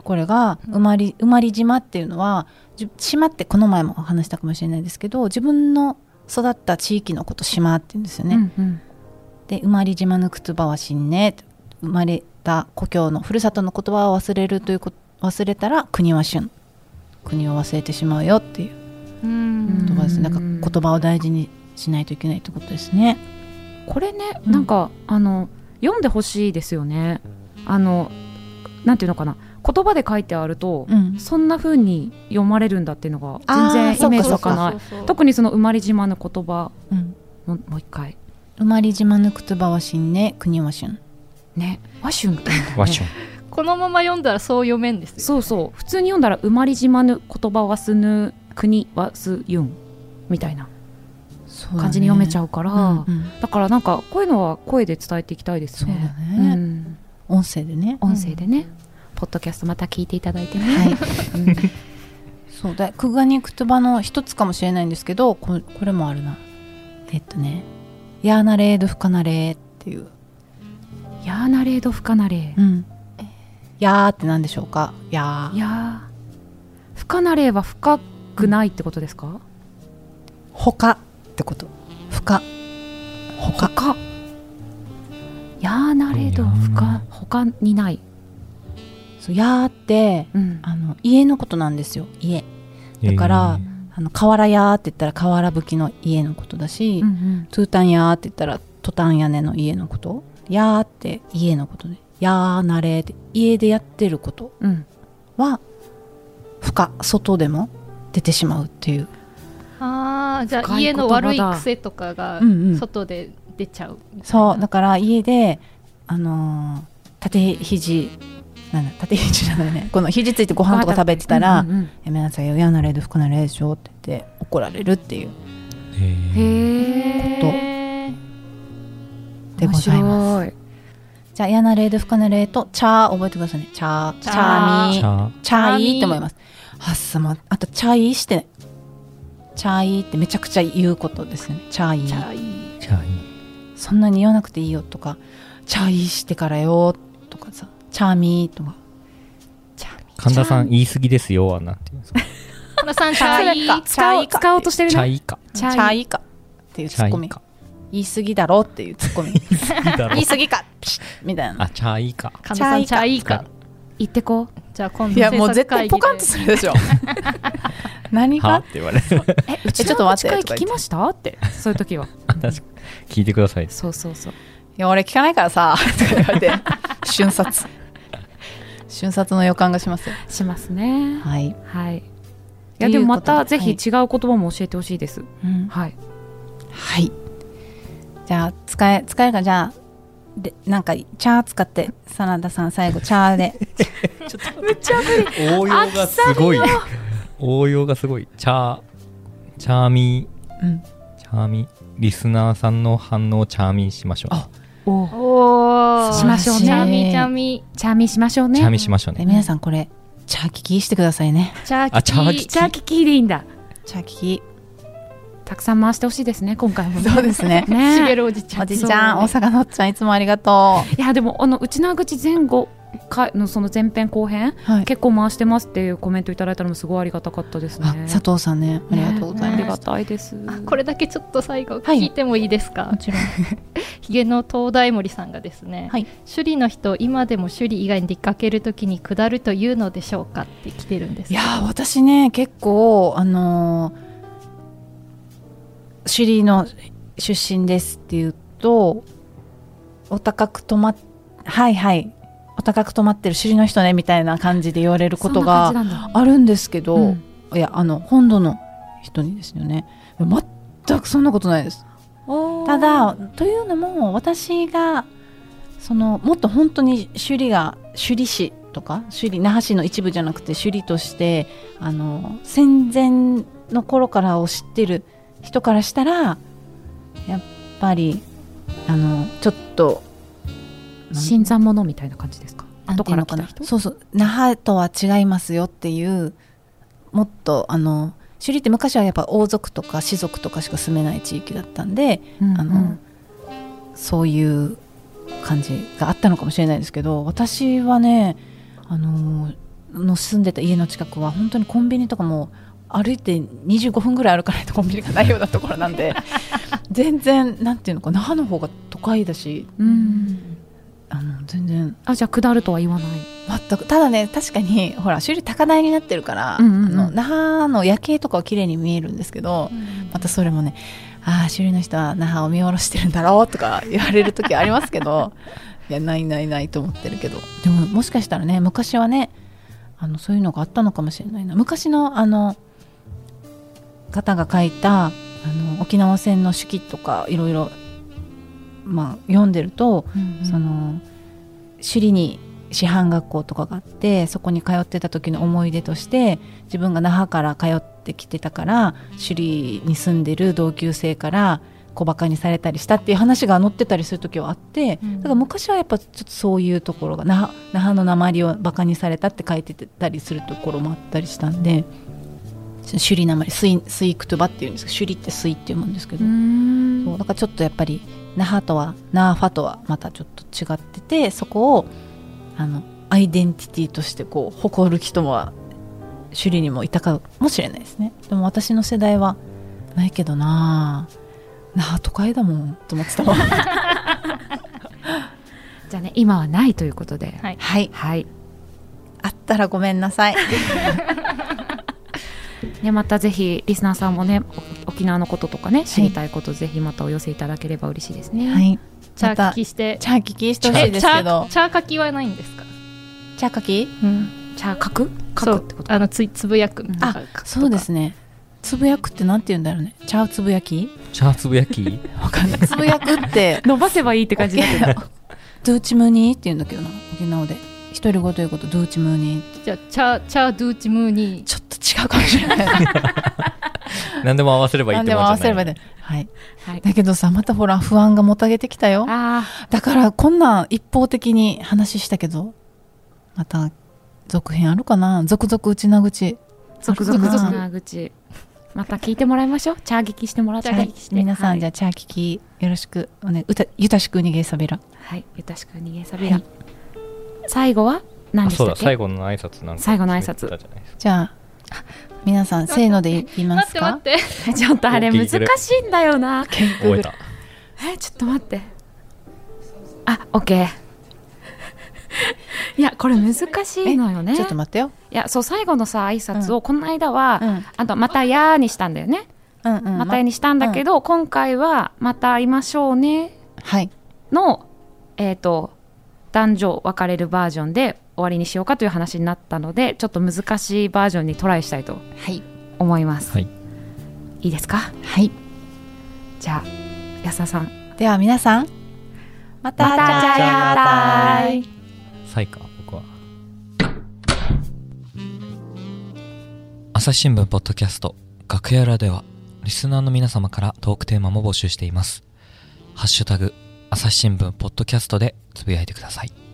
Speaker 2: これが生まれ生まれ島っていうのはじ島ってこの前もお話したかもしれないですけど自分の育った地域のこと島って言うんですよね、
Speaker 3: うんうん
Speaker 2: で生まれ島の靴葉は新ね生まれた故郷のふるさとの言葉を忘れるというこ忘れたら国は旬国を忘れてしまうよっていう
Speaker 1: うん
Speaker 2: 言葉ですねだから
Speaker 3: うん
Speaker 2: 言葉を大事にしないといけないってことですね
Speaker 3: これね、
Speaker 2: うん
Speaker 3: なんかあの読んでほしいですよねあのなんていうのかな言葉で書いてあると、
Speaker 2: うん
Speaker 3: そんな風に読まれるんだっていうのが全
Speaker 2: あー
Speaker 3: 然イメージ
Speaker 2: そ
Speaker 3: 湧
Speaker 2: っか
Speaker 3: かない
Speaker 1: そうそうそう
Speaker 3: 特にその生まれ島の言葉
Speaker 2: うん
Speaker 3: ももう一回
Speaker 2: 生まれ島の靴葉は新ね国は旬
Speaker 3: ね和春って言うんだよね
Speaker 4: ワッション
Speaker 1: このまま読んだらそう読めんですよ
Speaker 3: そうそう普通に読んだら生まれ島の言葉はすぬ国はすゆんみたいな感じに読めちゃ
Speaker 2: う
Speaker 3: うから
Speaker 2: だね、うんうん
Speaker 3: だからなんかこういうのは声で伝えていきたいです
Speaker 2: そうだね、
Speaker 3: ねん
Speaker 2: 音声でね
Speaker 3: 音声でね、ポッドキャストまた聞いていただいてね、
Speaker 2: はい
Speaker 3: うん
Speaker 2: そうだクガニクトバの一つかもしれないんですけどここれもあるなえっとね「やーなれーどふかなれ」っていう
Speaker 3: やーなれーどふかなれ
Speaker 2: 「うん、やー」って何でしょうか「や
Speaker 3: い
Speaker 2: ー
Speaker 3: やーふかなれは深くないってことですか」
Speaker 2: 「ほか」ってこと「ふか」「ほか」
Speaker 3: かやーなれどふかほかにない、
Speaker 2: そう「やー」って
Speaker 3: うん、
Speaker 2: あの家のことなんですよ家だから
Speaker 4: えー
Speaker 2: あの瓦屋って言ったら瓦葺きの家のことだし、
Speaker 3: うんうん
Speaker 2: トゥータン屋って言ったらトタン屋根の家のことやーって家のことでやーなれって家でやってること
Speaker 3: うん
Speaker 2: は負荷外でも出てしまうっていう、
Speaker 1: ああじゃ
Speaker 3: 深
Speaker 1: あ
Speaker 3: い
Speaker 1: 家の悪い
Speaker 3: 言葉だ
Speaker 1: 癖とかが
Speaker 2: うんうん
Speaker 1: 外で出ちゃうみたいな
Speaker 2: そうだから家であのー縦肘なんだ縦肘じゃないね この肘ついてご飯とか食べてたら「
Speaker 3: うんうん
Speaker 2: やめなさいよやーなれで負荷なれでしょ」って言って怒られるっていう
Speaker 3: うんへ
Speaker 2: と
Speaker 3: え
Speaker 2: でございます
Speaker 3: す
Speaker 2: じゃあ「やーなれで負荷なれ」と「チャー」覚えてくださいね「チャー」「チ
Speaker 1: チャー
Speaker 2: ャーミー」
Speaker 4: 茶
Speaker 2: チャイって思います。あっさま、あとチャイしてない。チャイってめちゃくちゃ言うことですね。チャイ。
Speaker 1: じゃあいい
Speaker 4: 茶いい
Speaker 2: そんなに言わなくていいよとか、チャイしてからよとかさ、チャーミーとか。
Speaker 4: 神田さん言い過ぎですよはなんて言うんですか
Speaker 1: このさんじゃあいい
Speaker 3: 使う使おうとしてる
Speaker 4: チャ
Speaker 3: ね
Speaker 4: イか
Speaker 2: チャイかっていうツッコミ
Speaker 4: チャイ。
Speaker 2: 言い過ぎだろっていうツッコミ。
Speaker 4: いいだろ
Speaker 2: 言い過ぎかプシッみたいな。
Speaker 4: あチャイか
Speaker 1: 神田さん
Speaker 2: チ
Speaker 1: じ
Speaker 2: ャ
Speaker 1: ゃ
Speaker 2: ー
Speaker 1: あ
Speaker 2: イ
Speaker 1: いいか
Speaker 3: 言ってこう
Speaker 1: じゃあ今度
Speaker 2: いや、もう
Speaker 1: 制
Speaker 2: 絶
Speaker 1: 作会
Speaker 2: 対
Speaker 1: 議
Speaker 2: ポカンと
Speaker 1: です
Speaker 2: る でしょ。何
Speaker 4: は
Speaker 2: が
Speaker 4: って言われる
Speaker 3: えうち
Speaker 2: ちょっと
Speaker 3: の
Speaker 2: 待
Speaker 3: 誓
Speaker 2: って
Speaker 3: い聞きましたってそういう 時は
Speaker 4: 確かに 聞いてください
Speaker 3: そうそうそう
Speaker 2: いや、俺聞かないから さ、とか言われて、瞬殺。瞬殺の予感がしますよ。
Speaker 3: しますね
Speaker 2: はい。
Speaker 3: はいい
Speaker 2: ということ
Speaker 3: や
Speaker 2: で
Speaker 3: でもまたぜひ
Speaker 2: はい
Speaker 3: 違う言葉も教えてほしいです
Speaker 2: うん
Speaker 3: はい
Speaker 2: はい。じゃあ使え使えるかじゃあでなんかチャー使ってサラダさん最後チャーで
Speaker 4: ちょっとむちゃ応用がすごい応用がすごいチャーチャーミ
Speaker 2: うん
Speaker 4: ーチャーミーリスナーさんの反応をチャーミーしましょう
Speaker 2: あ
Speaker 3: お
Speaker 5: お
Speaker 3: しましょうね
Speaker 5: ちゃみちゃみ
Speaker 3: チャーミーしましょうね
Speaker 4: チャーミーしましょう
Speaker 2: で
Speaker 4: ね
Speaker 2: 皆さんこれチャー聞きしてくださいね
Speaker 5: チャーキ
Speaker 4: あチャーキ
Speaker 5: チ
Speaker 4: チ
Speaker 3: チャーキキーでいいんだ
Speaker 2: チャー聞き
Speaker 3: たくさん回してほしいですね今回もね
Speaker 2: そうですね
Speaker 5: し
Speaker 3: ね
Speaker 5: べるおじちゃん
Speaker 2: おじちゃん大阪のおっちゃんいつもありがと
Speaker 3: いやでもあのうちの口前後かのその前編後編
Speaker 2: う、はい、
Speaker 3: 結構回してますっていうコメントいただいたのもすごいありがたかったですね
Speaker 2: あ佐藤さんねありがとうござい
Speaker 3: あ
Speaker 2: ます、
Speaker 3: りがたいです
Speaker 5: あこれだけちょっと最後
Speaker 2: はい
Speaker 5: 聞いてもいいですか、
Speaker 2: もちろん
Speaker 5: ひげの東大森さんがですね、
Speaker 2: はい
Speaker 5: 首里の人今でも首里以外に出かけるときに下るというのでしょうかって来てるんですけ
Speaker 2: いや
Speaker 5: ど
Speaker 2: ー私ね結構あのー、首里の出身ですって言うとお高く泊まっはいはいお高く泊まってる首里の人ねみたいな感じで言われることが
Speaker 3: そんな感じなんだ
Speaker 2: あるんですけど、
Speaker 3: うん
Speaker 2: いやあの本土の人にですよねいや全くそんなことないですただというのも私がそのもっと本当に首里が首里市とか首里那覇市の一部じゃなくて首里としてあの戦前の頃からを知ってる人からしたらやっぱりあのちょっとなん
Speaker 3: 新参者みたいな感じですか
Speaker 2: なん
Speaker 3: 後
Speaker 2: ていう
Speaker 3: から
Speaker 2: の
Speaker 3: 来
Speaker 2: か
Speaker 3: た
Speaker 2: な
Speaker 3: 人
Speaker 2: そうそう那覇とは違いますよっていうもっとあの首里って昔はやっぱ王族とか士族とかしか住めない地域だったんで
Speaker 3: うん
Speaker 2: あの、そういう感じがあったのかもしれないですけど私はねあのの住んでた家の近くは本当にコンビニとかも歩いて25分ぐらい歩かないとコ ンビニがないようなところなんで全然なんていうのか那覇の方が都会だし
Speaker 3: うんうん
Speaker 2: あの全然
Speaker 3: あじゃあ下るとは言わない
Speaker 2: 全くただね確かにほら首里高台になってるから、
Speaker 3: うんうんうん
Speaker 2: あの那覇の夜景とかは綺麗に見えるんですけどまたそれもねああ首里の人は那覇を見下ろしてるんだろうとか 言われる時はありますけ どいやないないないと思ってるけどでももしかしたらね昔はねあのそういうのがあったのかもしれないな昔のあの方が書いたあの沖縄戦の手記とかいろいろまあ読んでると、その首里に師範学校とかがあってそこに通ってた時の思い出として自分が那覇から通ってきてたから首里に住んでる同級生から小バカにされたりしたっていう話が載ってたりする時はあって、
Speaker 5: うん
Speaker 2: だから昔はやっぱちょっとそういうところが那覇那覇の鉛をバカにされたって書いてたりするところもあったりしたんで首里鉛スイスイクトゥバっていうんですけど首里ってスイって読むんですけど、
Speaker 3: うん
Speaker 2: そうだからちょっとやっぱり那覇とはナーファとはまたちょっと違っててそこをあのアイデンティティとしてこう誇る人は首里にもいたかもしれないですねでも私の世代はないけどなあ那覇都会だもんと思ってた もん
Speaker 3: じゃあね今はないということで
Speaker 5: はい
Speaker 2: はい
Speaker 3: はい
Speaker 2: あったらごめんなさい
Speaker 3: ね、またぜひリスナーさんもねお沖縄のこととかね知りたいこと、ぜひまたお寄せいただければ嬉しいですね、
Speaker 2: はい
Speaker 5: チャ
Speaker 2: また
Speaker 5: ーキして
Speaker 2: チャーキキしてほしいですけど
Speaker 5: えチャーチャー書きはないんですか、
Speaker 2: チャーカキ
Speaker 3: じゃあ書く書くってこと
Speaker 5: そうあのついつぶやく
Speaker 3: ん
Speaker 5: なんか書くとか
Speaker 2: そうですねつぶやくってなんて言うんだろうねチャーつぶやき
Speaker 4: チャーつぶやき
Speaker 2: わかんないつぶやくって
Speaker 3: 伸ばせばいいって感じだけど
Speaker 2: ドゥーチムーニーって言うんだけどな沖縄で独り言ということドゥーチムーニーって
Speaker 5: じゃあチャーチャードゥーチムーニー
Speaker 2: ちょっと違うかもしれない
Speaker 4: 何でも合わせればいいっ
Speaker 2: 何
Speaker 4: て
Speaker 2: で
Speaker 4: も
Speaker 2: も合
Speaker 4: ん
Speaker 2: わ
Speaker 4: じ
Speaker 2: せ
Speaker 4: ゃ
Speaker 2: れば
Speaker 4: ない
Speaker 2: いねはい
Speaker 3: はい、
Speaker 2: だけどさまたほら不安がもたげてきたよ
Speaker 3: あ
Speaker 2: だからこんなん一方的に話したけどまた続編あるかな続々うちな口
Speaker 3: あ続々
Speaker 2: 続々
Speaker 3: 続々口また聞いてもらいましょうチャー劇してもらって、
Speaker 5: チャ
Speaker 2: は
Speaker 5: ー
Speaker 2: い
Speaker 5: 聞きして
Speaker 2: 皆さ
Speaker 3: は
Speaker 2: ん
Speaker 3: い
Speaker 2: じゃあチャーキキよろしくおねうたゆたしく逃げさびら
Speaker 3: はい、ゆたしく逃げさびら、
Speaker 2: はい
Speaker 3: 最後は何
Speaker 4: あ
Speaker 3: でし
Speaker 4: そう
Speaker 3: た
Speaker 4: だ
Speaker 3: っけ
Speaker 4: 最後の挨拶なんか
Speaker 3: 最後の挨拶
Speaker 4: 決めてたじゃないですか
Speaker 2: じゃあ皆さんせーので言いま
Speaker 5: 待っ
Speaker 2: す
Speaker 5: て待
Speaker 2: か
Speaker 5: って
Speaker 3: ちょっとあれ難しいんだよな
Speaker 4: 覚えた
Speaker 3: えちょっと待ってあオッケーいやこれ難しいのよね
Speaker 2: ちょっと待ってよ、
Speaker 3: いやそう最後のさ挨拶をこの間は、
Speaker 2: うん、
Speaker 3: あと「またやー」にしたんだよね
Speaker 2: うん
Speaker 3: 「
Speaker 2: うん
Speaker 3: またや」にしたんだけど、今回は「また会いましょうね
Speaker 2: はい」
Speaker 3: のえっ、と男女別れるバージョンで終わりにしようかという話になったのでちょっと難しいバージョンにトライしたいと
Speaker 2: はい
Speaker 3: 思います、
Speaker 4: はい、
Speaker 3: いいですか
Speaker 2: はい
Speaker 3: じゃあ安田さん
Speaker 2: では皆さんまた
Speaker 3: また
Speaker 2: じゃあ
Speaker 3: バイバイ
Speaker 4: サイか僕は朝日新聞ポッドキャスト「楽屋裏」ではリスナーの皆様からトークテーマも募集しています「ハッシュタグ朝日新聞ポッドキャスト」でつぶやいてください